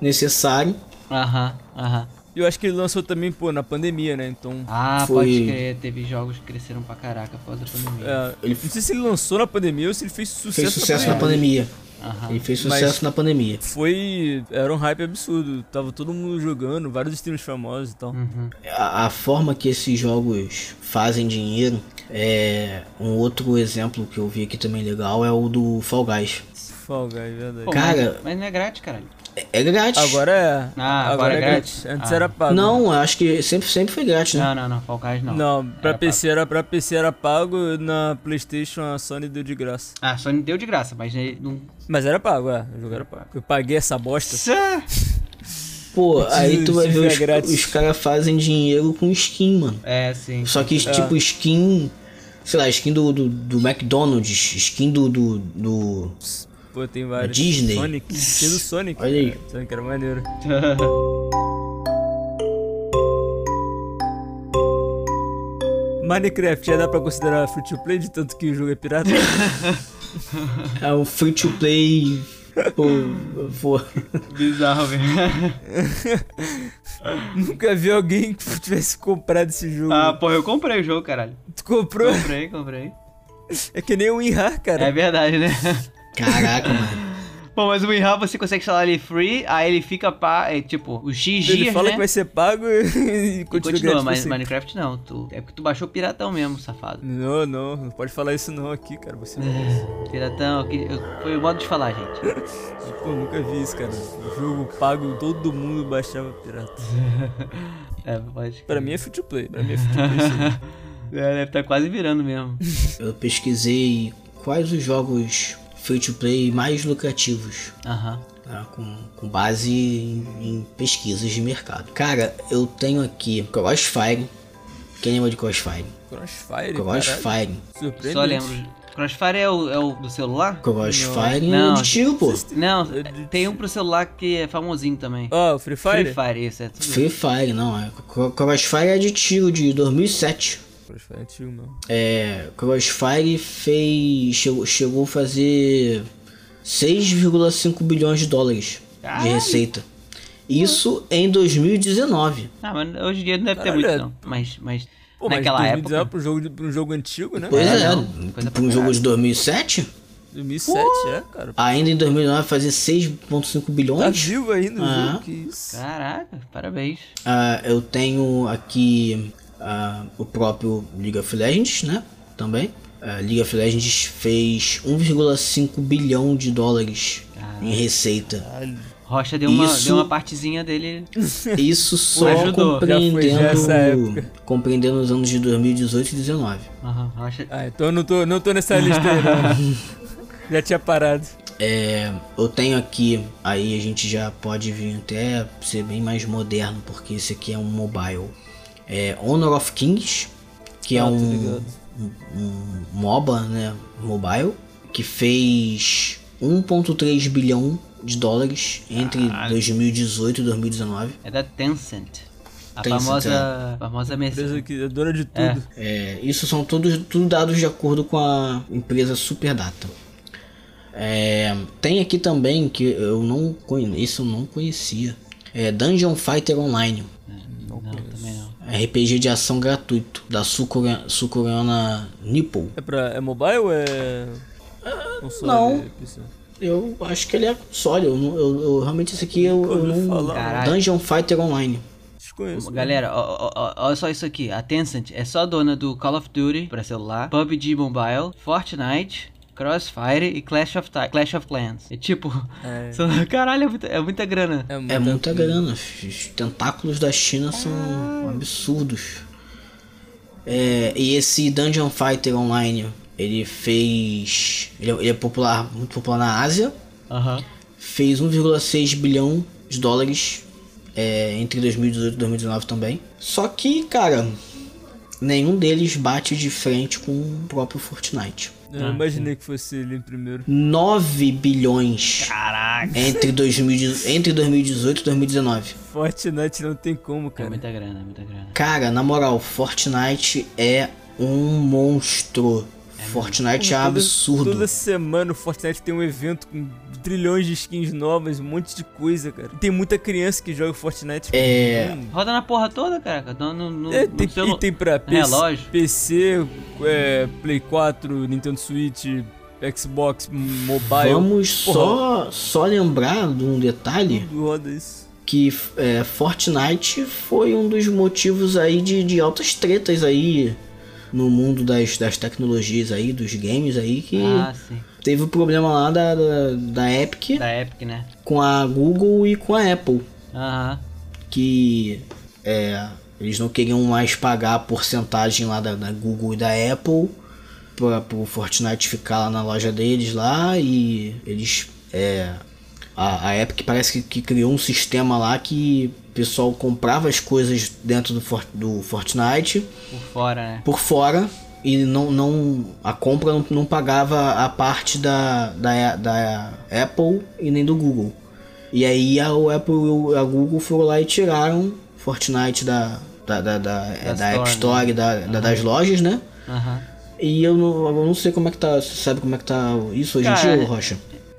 necessário.
Aham, aham.
E eu acho que ele lançou também, pô, na pandemia, né? Então.
Ah,
Foi-
pode crer. Teve jogos que cresceram pra caraca após a pandemia.
é, Não sei se ele lançou na pandemia ou se ele fez sucesso, né.
Fez sucesso na pandemia.
Aham.
Ele fez
Ah, Mas-
sucesso na pandemia.
Foi. Era um hype absurdo. Tava todo mundo jogando, vários streamers famosos e tal.
Uhum.
A, a forma que esses jogos fazem dinheiro é. Um outro exemplo que eu vi aqui também legal é o do Fall Guys.
Fall Guys, verdade.
Pô,
Cara-
Mas, mas não é grátis, caralho.
É, é grátis.
Agora é.
Ah, agora é grátis.
Antes
Ah.
era pago.
Não, eu acho que sempre, sempre foi grátis,
Ah,
né?
Não, não, não. Fall Guys não.
Não, pra
Era
PC, era, pra PC era pago, na Playstation a Sony deu de graça.
Ah, só não deu de graça, mas ele não.
Mas era pago, é, o jogo era pago. Eu paguei essa bosta.
Pô, aí tu vai
Isso é
ver os,
grátis.
os caras fazem dinheiro com skin, mano.
É, sim.
Só que, tipo, skin. Sei lá, skin do, do, do McDonald's, skin do. do, do-
Pô, tem vários.
Disney.
Sonic. Tem do Sonic.
Olha aí.
cara. Sonic era maneiro. Minecraft já dá pra considerar free to play, de tanto que o jogo é pirata?
É um free to play. Pô, pô.
Bizarro, velho.
Nunca vi alguém que tivesse comprado esse jogo.
Ah, pô, eu comprei o jogo, caralho.
tu comprou?
Comprei, comprei.
É que nem o WinRAR, cara.
É verdade, né?
Caraca, mano.
Bom, mas o WinRAR você consegue instalar ele free, aí ele fica pá, é tipo, o X
Ele
dias,
fala
né?
que vai ser pago e, e
E
continua,
continua,
grátis pra
mas
sempre.
Minecraft não. Tu... É porque tu baixou piratão mesmo, safado.
Não, não, não pode falar isso não aqui, cara. Você não.
Uhum. Piratão, que... eu- foi o modo de falar, gente.
Pô, nunca vi isso, cara. O jogo pago, todo mundo baixava pirata.
É, pode.
Pra mim é free to play. Pra mim é free to play. sim.
É, deve tá quase virando mesmo.
Eu pesquisei quais os jogos free to play mais lucrativos.
Aham.
tá? Com, com base em, em pesquisas de mercado. Cara, eu tenho aqui Crossfire. Quem lembra de Crossfire?
Crossfire, caralho.
Crossfire.
Surpreende.
Só lembro. Crossfire é o, é o do celular?
Crossfire
Não.
é de tiro, pô.
Não,
É de-
tem um pro celular que é famosinho também.
Ó, o Free Oh, Fire?
Free Fire, isso é tudo.
Free Fire, não. é. Cro- Crossfire é de tiro de 2007.
Crossfire é antigo, mano.
É, Crossfire fez, chegou, chegou a fazer 6,5 bilhões de dólares de
Caralho.
receita. Isso em 2019.
Ah, mas hoje em dia não deve
Caralho,
ter
é-
muito, não. Mas, mas
Pô, mas
naquela
2019
época.
Pro jogo, de- pra um jogo antigo, né?
Pois
É,
é,
não, coisa pra
para um jogo
caralho.
de 2007,
2007, é, cara.
ainda em 2009 fazer 6,5
Tá
bilhões.
vivo ainda o
Ah.
jogo, que isso.
Caraca, parabéns.
Ah, eu tenho aqui ah, o próprio League of Legends, né? Também. A League of Legends fez 1,5 bilhão de dólares em receita.
Rocha deu uma,
Isso-
deu uma partezinha dele.
Isso só
ajudou.
Já foi nessa
compreendendo,
época.
compreendendo os anos de 2018 e 2019.
Aham, Rocha.
Ah, então eu não tô, não tô nessa lista aí, não. Já tinha parado.
É, eu tenho aqui, aí a gente já pode vir até ser bem mais moderno, porque esse aqui é um mobile. É Honor of Kings, que é
Ah, tô
um,
ligado.
um, um MOBA, né? Mobile, que fez 1,3 bilhão de dólares entre 2018 e 2019.
É da Tencent. A
Tencent,
famosa. famosa
Empresa
Mercedes.
que é dona de tudo.
É.
É, isso são todos tudo dados de acordo com a empresa Superdata. É, tem aqui também que eu não conheço, eu não conhecia. É Dungeon Fighter Online,
Não, também não.
RPG de ação gratuito da sul-core- sul-coreana Nipple.
É pra. É mobile ou é. Console,
Ah,
é
não.
PC?
Eu acho que ele é console. Eu, não- eu- eu- realmente esse aqui eu, eu
Nunca ouvi
não.
falar.
Caralho.
Dungeon Fighter Online.
Desconheço.
Galera, ó- ó- ó- olha só isso aqui. A Tencent é só dona do Call of Duty pra celular, PUBG Mobile, Fortnite, Crossfire e Clash of, Ti- Clash of Clans. É tipo,
É.
são- caralho, é muita, é muita grana.
É muita grana. Os tentáculos da China são absurdos. É, e esse Dungeon Fighter Online, ele fez. Ele é, ele é popular, muito popular na Ásia.
Aham.
Fez 1,6 bilhão de dólares é, entre 2018 e 2019 também. Só que, cara, nenhum deles bate de frente com o próprio Fortnite.
Eu não imaginei que fosse ele em primeiro.
9 bilhões
Caraca.
entre, 2010 entre 2018 e 2019.
Fortnite não tem como,
É
cara.
muita grana, é muita grana.
Cara, na moral, Fortnite é um monstro. Fortnite é
Toda-
absurdo.
Toda semana o Fortnite tem um evento com trilhões de skins novas, um monte de coisa, cara. Tem muita criança que joga Fortnite. É.
Roda na porra toda, caraca. No, no, no,
É,
no
tem,
celu-
e tem pra PC,
relógio.
PC é, Play 4, Nintendo Switch, Xbox, Mobile.
Vamos
Porra,
só, só lembrar de um detalhe
tudo roda isso.
que é, Fortnite foi um dos motivos aí de, de altas tretas aí no mundo das, das tecnologias aí, dos games aí, que
Ah, sim.
teve o problema lá da, da, da Epic
Da Epic, né?
com a Google e com a Apple.
Aham.
que é, eles não queriam mais pagar a porcentagem lá da, da Google e da Apple para o Fortnite ficar lá na loja deles lá e eles é, a, a Epic parece que, que criou um sistema lá que o pessoal comprava as coisas dentro do, For- do Fortnite
Por fora, né?
por fora e não, não a compra não, não pagava a parte da, da, da Apple e nem do Google. E aí a o Apple e o- a Google foram lá e tiraram Fortnite da, da, da, da, é,
Da
da App
Store, né?
Store, da, da- das lojas, né?
Aham.
E eu não, eu não sei como é que tá. Você sabe como é que tá isso hoje em
Cara,
dia, ô Rocha?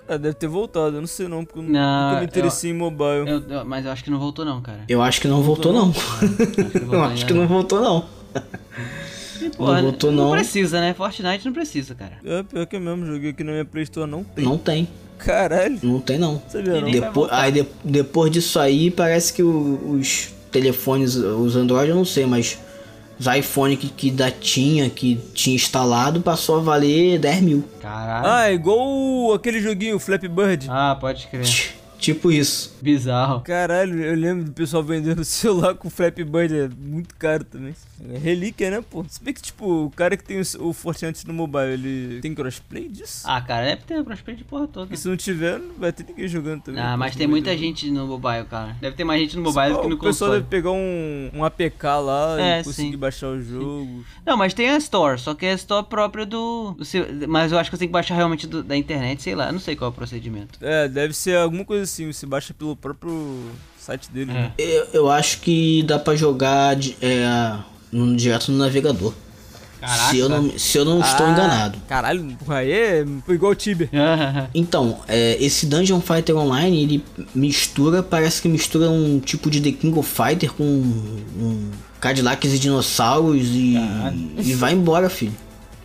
Ah, deve ter voltado, eu não sei não, porque eu
Não,
nunca me interessei em mobile.
Eu- eu- mas eu acho que não voltou não, cara.
Eu acho que não voltou, não. Eu acho que não
voltou.
voltou, não.
ainda, Porra,
não voltou,
Não
não.
precisa, né? Fortnite não precisa, cara.
É, pior que eu mesmo, joguei aqui na minha Play Store, não tem.
Não tem.
Caralho,
Não tem, não.
sabia não.
nem vai
Depo-
voltar.
aí de- depois disso aí, parece que o- os telefones, os Android, eu não sei, mas os iPhone que, que da tinha, que tinha instalado, passou a valer 10 mil.
Caralho.
Ah, é igual o- aquele joguinho, o Flappy Bird.
Ah, pode
É.
crer.
Tipo isso.
Bizarro.
Caralho, eu lembro do pessoal vendendo celular com Flappy Bird, é muito caro também. É relíquia, né, pô? Se bem que, tipo, o cara que tem o, o Fortnite no mobile, ele tem crossplay disso?
Ah, cara, deve ter prospect de porra toda.
E se não tiver, não vai ter ninguém jogando também.
Ah, mas tem muita gente no mobile, cara. Deve ter mais gente no mobile do que no
o
console.
pessoal deve pegar um, um APK lá
É,
e conseguir
sim.
baixar o jogo.
Não, mas tem a Store, só que é a Store própria do... do seu- Mas eu acho que eu tenho que baixar realmente do- da internet, sei lá. Eu não sei qual é o procedimento.
É, deve ser alguma coisa assim, você baixa pelo próprio site
É.
dele, né?
Eu, eu acho que dá pra jogar de- é, no- direto no navegador.
Caraca.
Se eu não, se eu não estou
Ah,
enganado.
Caralho, porra, aí é igual o Tibia.
Então, é, esse Dungeon Fighter Online, ele mistura, parece que mistura um tipo de The King of Fighter com um Cadillacs e dinossauros e, e vai embora, filho.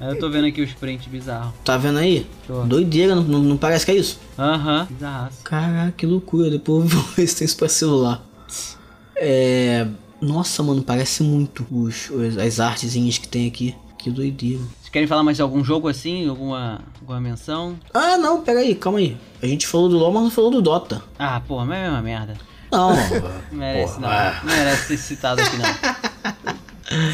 eu tô vendo aqui os prints bizarro.
Tá vendo aí?
Tô.
Doideira, não, não- não parece que é isso?
Aham. Bizarraço.
Caraca, que loucura, depois eu vou ver se tem isso pra celular. É... Nossa, mano, parece muito os, os- as artezinhas que tem aqui. Que doideira.
Vocês querem falar mais de algum jogo assim? Alguma, alguma menção?
Ah, não, pera aí, calma aí. A gente falou do LoL, mas não falou do Dota.
Ah, porra, mas é uma merda.
Não,
Não merece, não. Não merece ser citado aqui, não.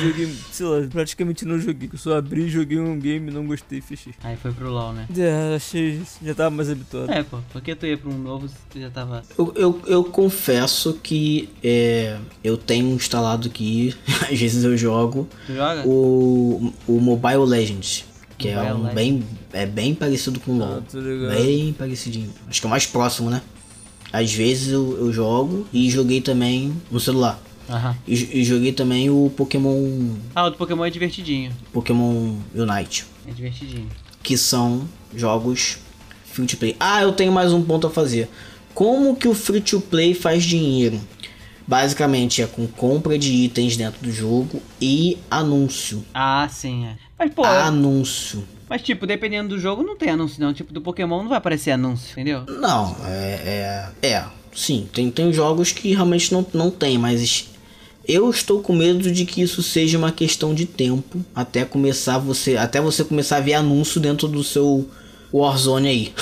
Joguei, sei lá, praticamente não joguei. Eu só abri, joguei um game, não gostei e fechei.
Aí foi pro LoL, né?
É, achei, já tava mais habituado.
É, pô, porque tu ia pra um novo, tu já tava.
Eu, eu, eu confesso que é, eu tenho instalado aqui, às vezes eu jogo,
Tu joga?
o, o Mobile Legends. Que é,
Mobile
um bem, é bem parecido com o LoL.
tô ligado.
Bem parecidinho. Acho que é o mais próximo, né? Às vezes eu, eu jogo e joguei também no celular.
Aham.
E, jo- e joguei também o Pokémon.
Ah, o do Pokémon é divertidinho.
Pokémon Unite.
É divertidinho.
que são jogos free to play. Ah, eu tenho mais um ponto a fazer. Como que o free to play faz dinheiro? Basicamente é com compra de itens dentro do jogo e anúncio.
Ah, sim, é. Mas, pô,
Ah, Anúncio.
mas tipo, dependendo do jogo, não tem anúncio, não. Tipo, do Pokémon não vai aparecer anúncio, entendeu?
Não, é. É. é, sim, tem, tem jogos que realmente não, não tem, mas eu estou com medo de que isso seja uma questão de tempo até começar você. Até você começar a ver anúncio dentro do seu Warzone aí.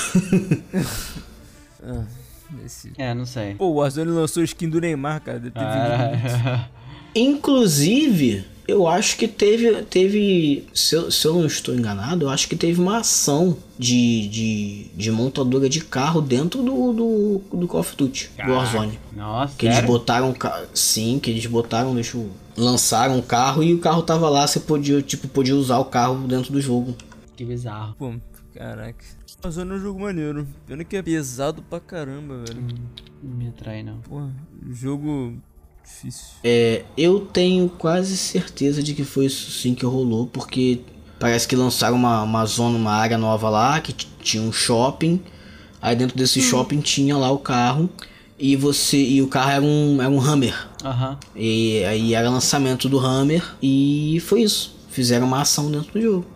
Esse-
É, não sei.
Pô, o Warzone lançou a skin do Neymar, cara. Deve ter vendido muito.
Ah,
Inclusive, eu acho que teve. teve se, eu, se eu não estou enganado, eu acho que teve uma ação de, de, de montadora de carro dentro do, do, do Call of Duty, do Warzone.
Nossa,
Que eles
sério?
botaram. ca- Sim, que eles botaram, deixa eu. Lançaram o carro e o carro tava lá, você podia, tipo, podia usar o carro dentro do jogo.
Que bizarro.
Pô, caraca. Warzone é um jogo maneiro. Pena que é pesado pra caramba, velho.
Hum. Não me atrai, não.
Porra, jogo difícil.
É, eu tenho quase certeza de que foi isso sim que rolou, porque parece que lançaram uma, uma zona, uma área nova lá, que t- tinha um shopping. Aí dentro desse shopping tinha lá o carro. E você. E o carro era um, era um Hammer.
Aham.
E aí era lançamento do Hammer. E foi isso. Fizeram uma ação dentro do jogo.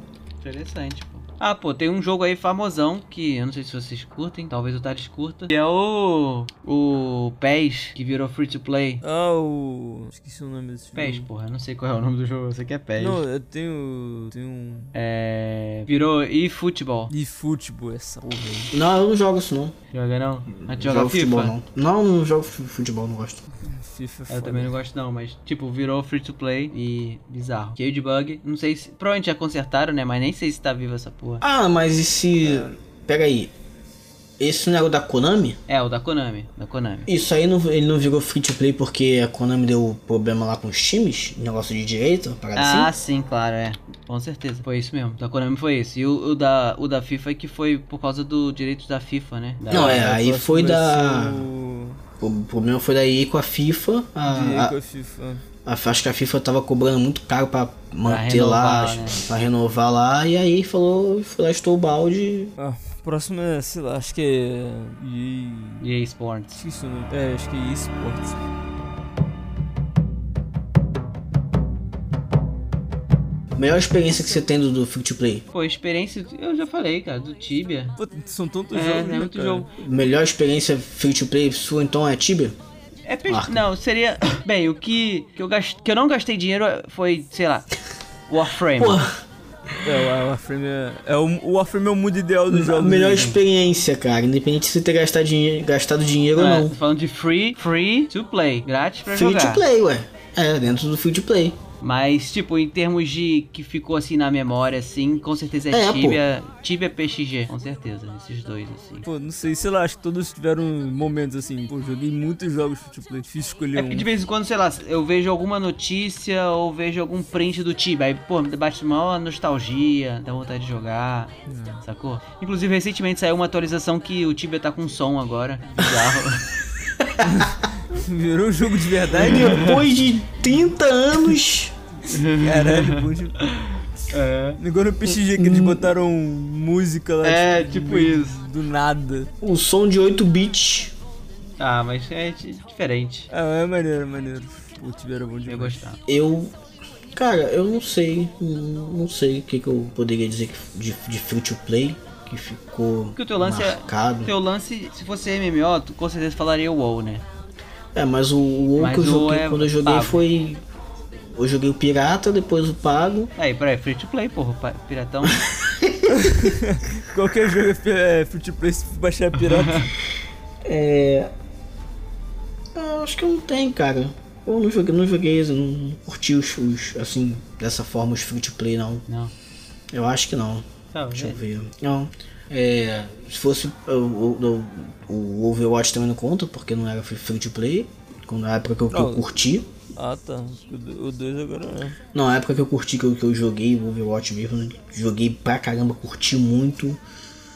Interessante, pô. Ah, pô, tem um jogo aí famosão que eu não sei se vocês curtem, talvez o Thales curta, que é o. O PES, que virou free to play.
Ah, o. Esqueci o nome desse
PES,
Hum.
jogo.
porra, eu não sei qual é o nome do jogo, eu sei que é PES.
Não, eu tenho. Tenho um.
É. Virou eFootball.
E futebol, essa porra aí.
Não, eu não jogo isso não.
Joga não? A gente
Não
joga
jogo futebol
FIFA?
não. Não, não jogo fu- futebol, não gosto.
FIFA é
Eu
foda.
também não gosto não, mas tipo, virou free to play e bizarro. Cheio de bug, não sei se... Provavelmente já consertaram, né? Mas nem sei se tá viva essa porra.
Ah, mas e se. Pera aí. Esse não era o da Konami?
É, o da Konami, da Konami.
Isso aí não, ele não virou free to play porque a Konami deu problema lá com os times, negócio de direito, uma parada
Ah,
assim.
sim, claro, é. Com certeza. Foi isso mesmo. Da Konami foi isso. E o, o da, o da FIFA é que foi por causa do direito da FIFA, né? Da-
Não, é, aí
Próximo
foi
vai
da.
Ah.
ser o-
O problema foi da EA com a FIFA. A-
de
a-
com a FIFA.
a- acho que a FIFA tava cobrando muito caro pra manter lá,
renovar, né?
pra renovar lá. E aí falou, foi lá, estou o balde.
Ah, próximo é, sei lá, acho que é. EA.
EA Sports.
Esqueci o nome. É, acho que é EA Sports.
Melhor experiência que você tem do, do Free to Play?
Pô, experiência, eu já falei, cara, do Tibia.
Pô, são tantos
É,
jogos.
né,
né,
muito
cara?
jogo.
Melhor experiência Free to Play sua então é Tibia?
É pes-
Marca.
Não, seria. Bem, o que, que, eu gast... que eu não gastei dinheiro foi, sei lá, Warframe.
Pô,
É, o Warframe é. é o, o Warframe é o mundo ideal dos
a
jogos.
melhor
né?
experiência, cara. Independente se você ter gastado, dinhe gastado dinheiro ou
Ah,
não.
tô falando de free, free to play, grátis pra
Free
jogar.
to Play, ué. É, dentro do Free to Play.
Mas, tipo, em termos de que ficou assim na memória, assim, com certeza é,
É, pô.
Tibia, Tibia PXG, com certeza, esses dois, assim.
Pô, não sei, sei lá, acho que todos tiveram momentos assim. Pô, joguei muitos jogos de futebol, é difícil escolher
É
um.
porque de vez em quando, sei lá, eu vejo alguma notícia ou vejo algum print do Tibia. Aí, pô, me bate uma nostalgia, dá vontade de jogar,
É.
sacou? Inclusive, recentemente saiu uma atualização que o Tibia tá com som agora. Bizarro.
Virou um jogo de verdade?
Depois de 30 anos.
Caralho, bom de... Agora no PXG que eles botaram música lá.
É, tipo isso.
Do nada.
Um som de 8 bits.
ah, mas é di- diferente.
Ah, é maneiro, é maneiro. Pô, tiveram bom
Eu
demais.
gostava.
Eu. Cara, eu não sei. Não não sei o que, que eu poderia dizer que- de, de free to play. Que ficou.
Porque o teu lance
marcado.
é. Teu lance, se fosse MMO, tu com certeza falaria WoW, né?
É, mas o, o WoW
Mas
que eu
o
joguei
é
quando eu joguei
pago.
foi. Eu joguei o Pirata, depois o Pago.
Aí, peraí, free to play, porra, pa- piratão.
Qualquer jogo é fi- é free to play se baixar é pirata.
É. Ah, Eu acho que não tem, cara. Eu não joguei, não joguei, eu não, não curti os, os, assim, dessa forma, os free to play, não.
Não.
Eu acho que não.
Tá,
Deixa eu
beleza.
ver. Não. É, se fosse. o- O, o, o Overwatch também não conta, porque não era free free to play. Quando na época que eu, que eu
Não.
curti.
ah, tá. O 2 agora é.
Não, na época que eu curti, que eu, que eu joguei o Overwatch mesmo, né, joguei pra caramba, curti muito.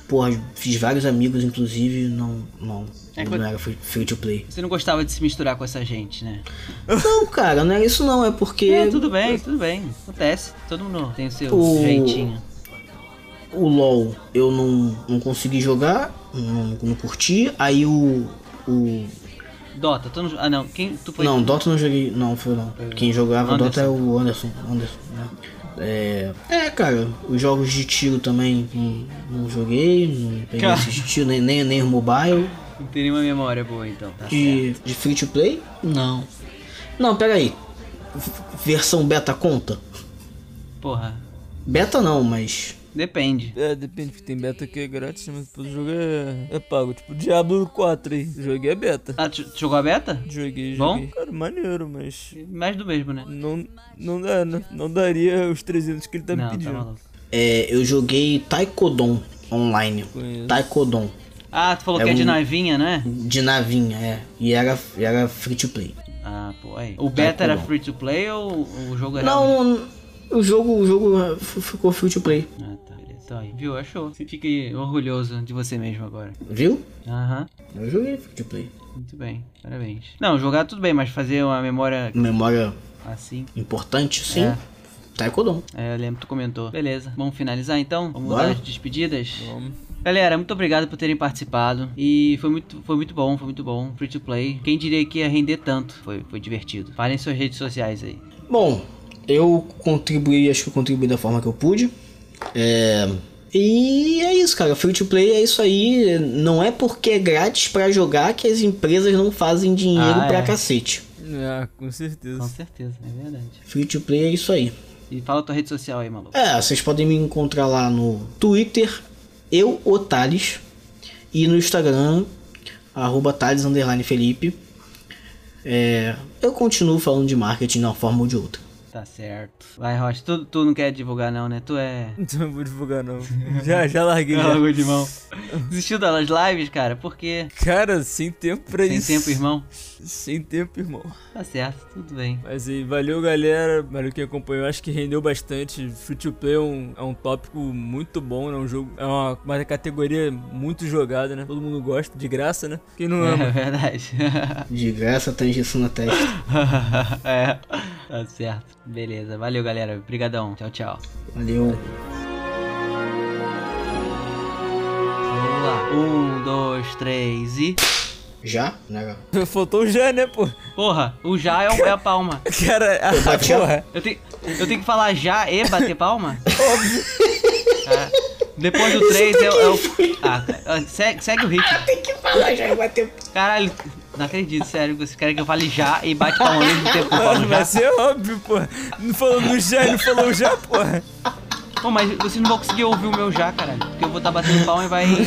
Porra, fiz vários amigos, inclusive, não. Não,
É,
não
quando-
era free, free to play.
Você não gostava de se misturar com essa gente, né?
Não, cara, não é isso não, é porque
É, tudo bem, tudo bem. Acontece. Todo mundo tem o seu
O-
jeitinho.
o LOL eu não, não consegui jogar, não, não curti, aí o. o
Dota, tu não... Ah, não. Quem tu foi?
Não, Dota não joguei. Não, foi não. Quem jogava
Anderson.
Dota é o Anderson. Anderson né? é, é, cara, os jogos de tiro também hum, não, não joguei, não peguei
Cara.
esses de tiro, nem, nem, nem mobile.
Não tem nenhuma memória boa, então. Tá certo.
De, de free to play? Não. Não, pera aí. V- Versão beta conta?
Porra.
Beta não, mas.
Depende.
É, depende, porque tem beta que é grátis, mas depois o jogo é, é pago. Tipo, Diablo 4 aí. O jogo é beta.
Ah, tu, tu jogou a beta?
Joguei, joguei.
Bom?
Cara, maneiro, mas.
Mais do mesmo, né?
Não, não, dá, não, não daria os 300 que ele tá me
não, tá
pedindo.
maluco.
é, eu joguei Taekwondo online.
Conheço.
Taekwondo.
Ah, tu falou
É
que é de
um-
navinha, né?
De navinha, é. E era, era free to play.
Ah, pô, aí. O beta era free to play ou o jogo era.
Não, não, o jogo, o jogo eh, f- ficou free to play.
Ah, tá, beleza. Então aí, viu? Achou. Você fique orgulhoso de você mesmo agora.
Viu?
Aham,
Eu joguei free to play.
muito bem. Parabéns. Não, jogar tudo bem, mas fazer uma memória
Memória
assim.
importante, sim.
É.
Taekwondo.
É, eu lembro que tu comentou. Beleza. Vamos finalizar então? Vamos
Bora.
dar as despedidas?
Vamos.
Galera, muito obrigado por terem participado. E foi muito, foi muito bom, foi muito bom. Free to play. Quem diria que ia render tanto? Foi, foi divertido. Falem suas redes sociais aí.
Bom, eu contribuí, acho que eu contribuí da forma que eu pude. É, E é isso, cara. Free to play é isso aí. Não é porque é grátis pra jogar que as empresas não fazem dinheiro
Ah,
pra
é.
cacete.
Ah, com certeza.
Com certeza, é verdade.
Free to play é isso aí.
E fala tua rede social aí, maluco.
É, vocês podem me encontrar lá no Twitter, eu, o Thales, e no Instagram, arroba Thales underline Felipe. É, eu continuo falando de marketing de uma forma ou de outra.
Tá certo. Vai, Rocha. Tu, tu não quer divulgar, não, né? Tu é.
Então eu vou divulgar, não. Já, já larguei. já.
Largou de mão. Desistiu das lives, cara? Por quê?
Cara, sem tempo pra
Sem
isso.
tempo, irmão.
Sem tempo, irmão.
Tá certo, tudo bem.
Mas aí, valeu galera, valeu quem acompanhou, acho que rendeu bastante. Free to play é um, é um tópico muito bom, né? Um jogo, é uma, uma categoria muito jogada, né? Todo mundo gosta, de graça, né? Quem não
É
ama?
verdade.
De graça, tangição na testa.
é. Tá certo. Beleza. Valeu, galera. Obrigadão. Tchau, tchau.
Valeu.
Vamos lá. Um, dois, três e.
Já? Né?
Faltou o já, né, pô?
Porra, o já é, o- é a palma.
Cara, ah,
bati a-
porra.
Eu, te, eu tenho que falar já e bater palma? Tá. Depois do 3 é, o- é o. Ah, cara, segue, segue o ritmo.
Tem que falar, Ah, já bateu.
Caralho, não acredito, sério. Vocês querem que eu fale já e bate palma ao mesmo tempo que eu falo
Mano,
já?
vai ser óbvio, porra. Não falou no já, não falou já, porra.
Pô, mas tá vocês não vão conseguir ouvir o meu já, caralho. Porque eu vou estar batendo palma e vai.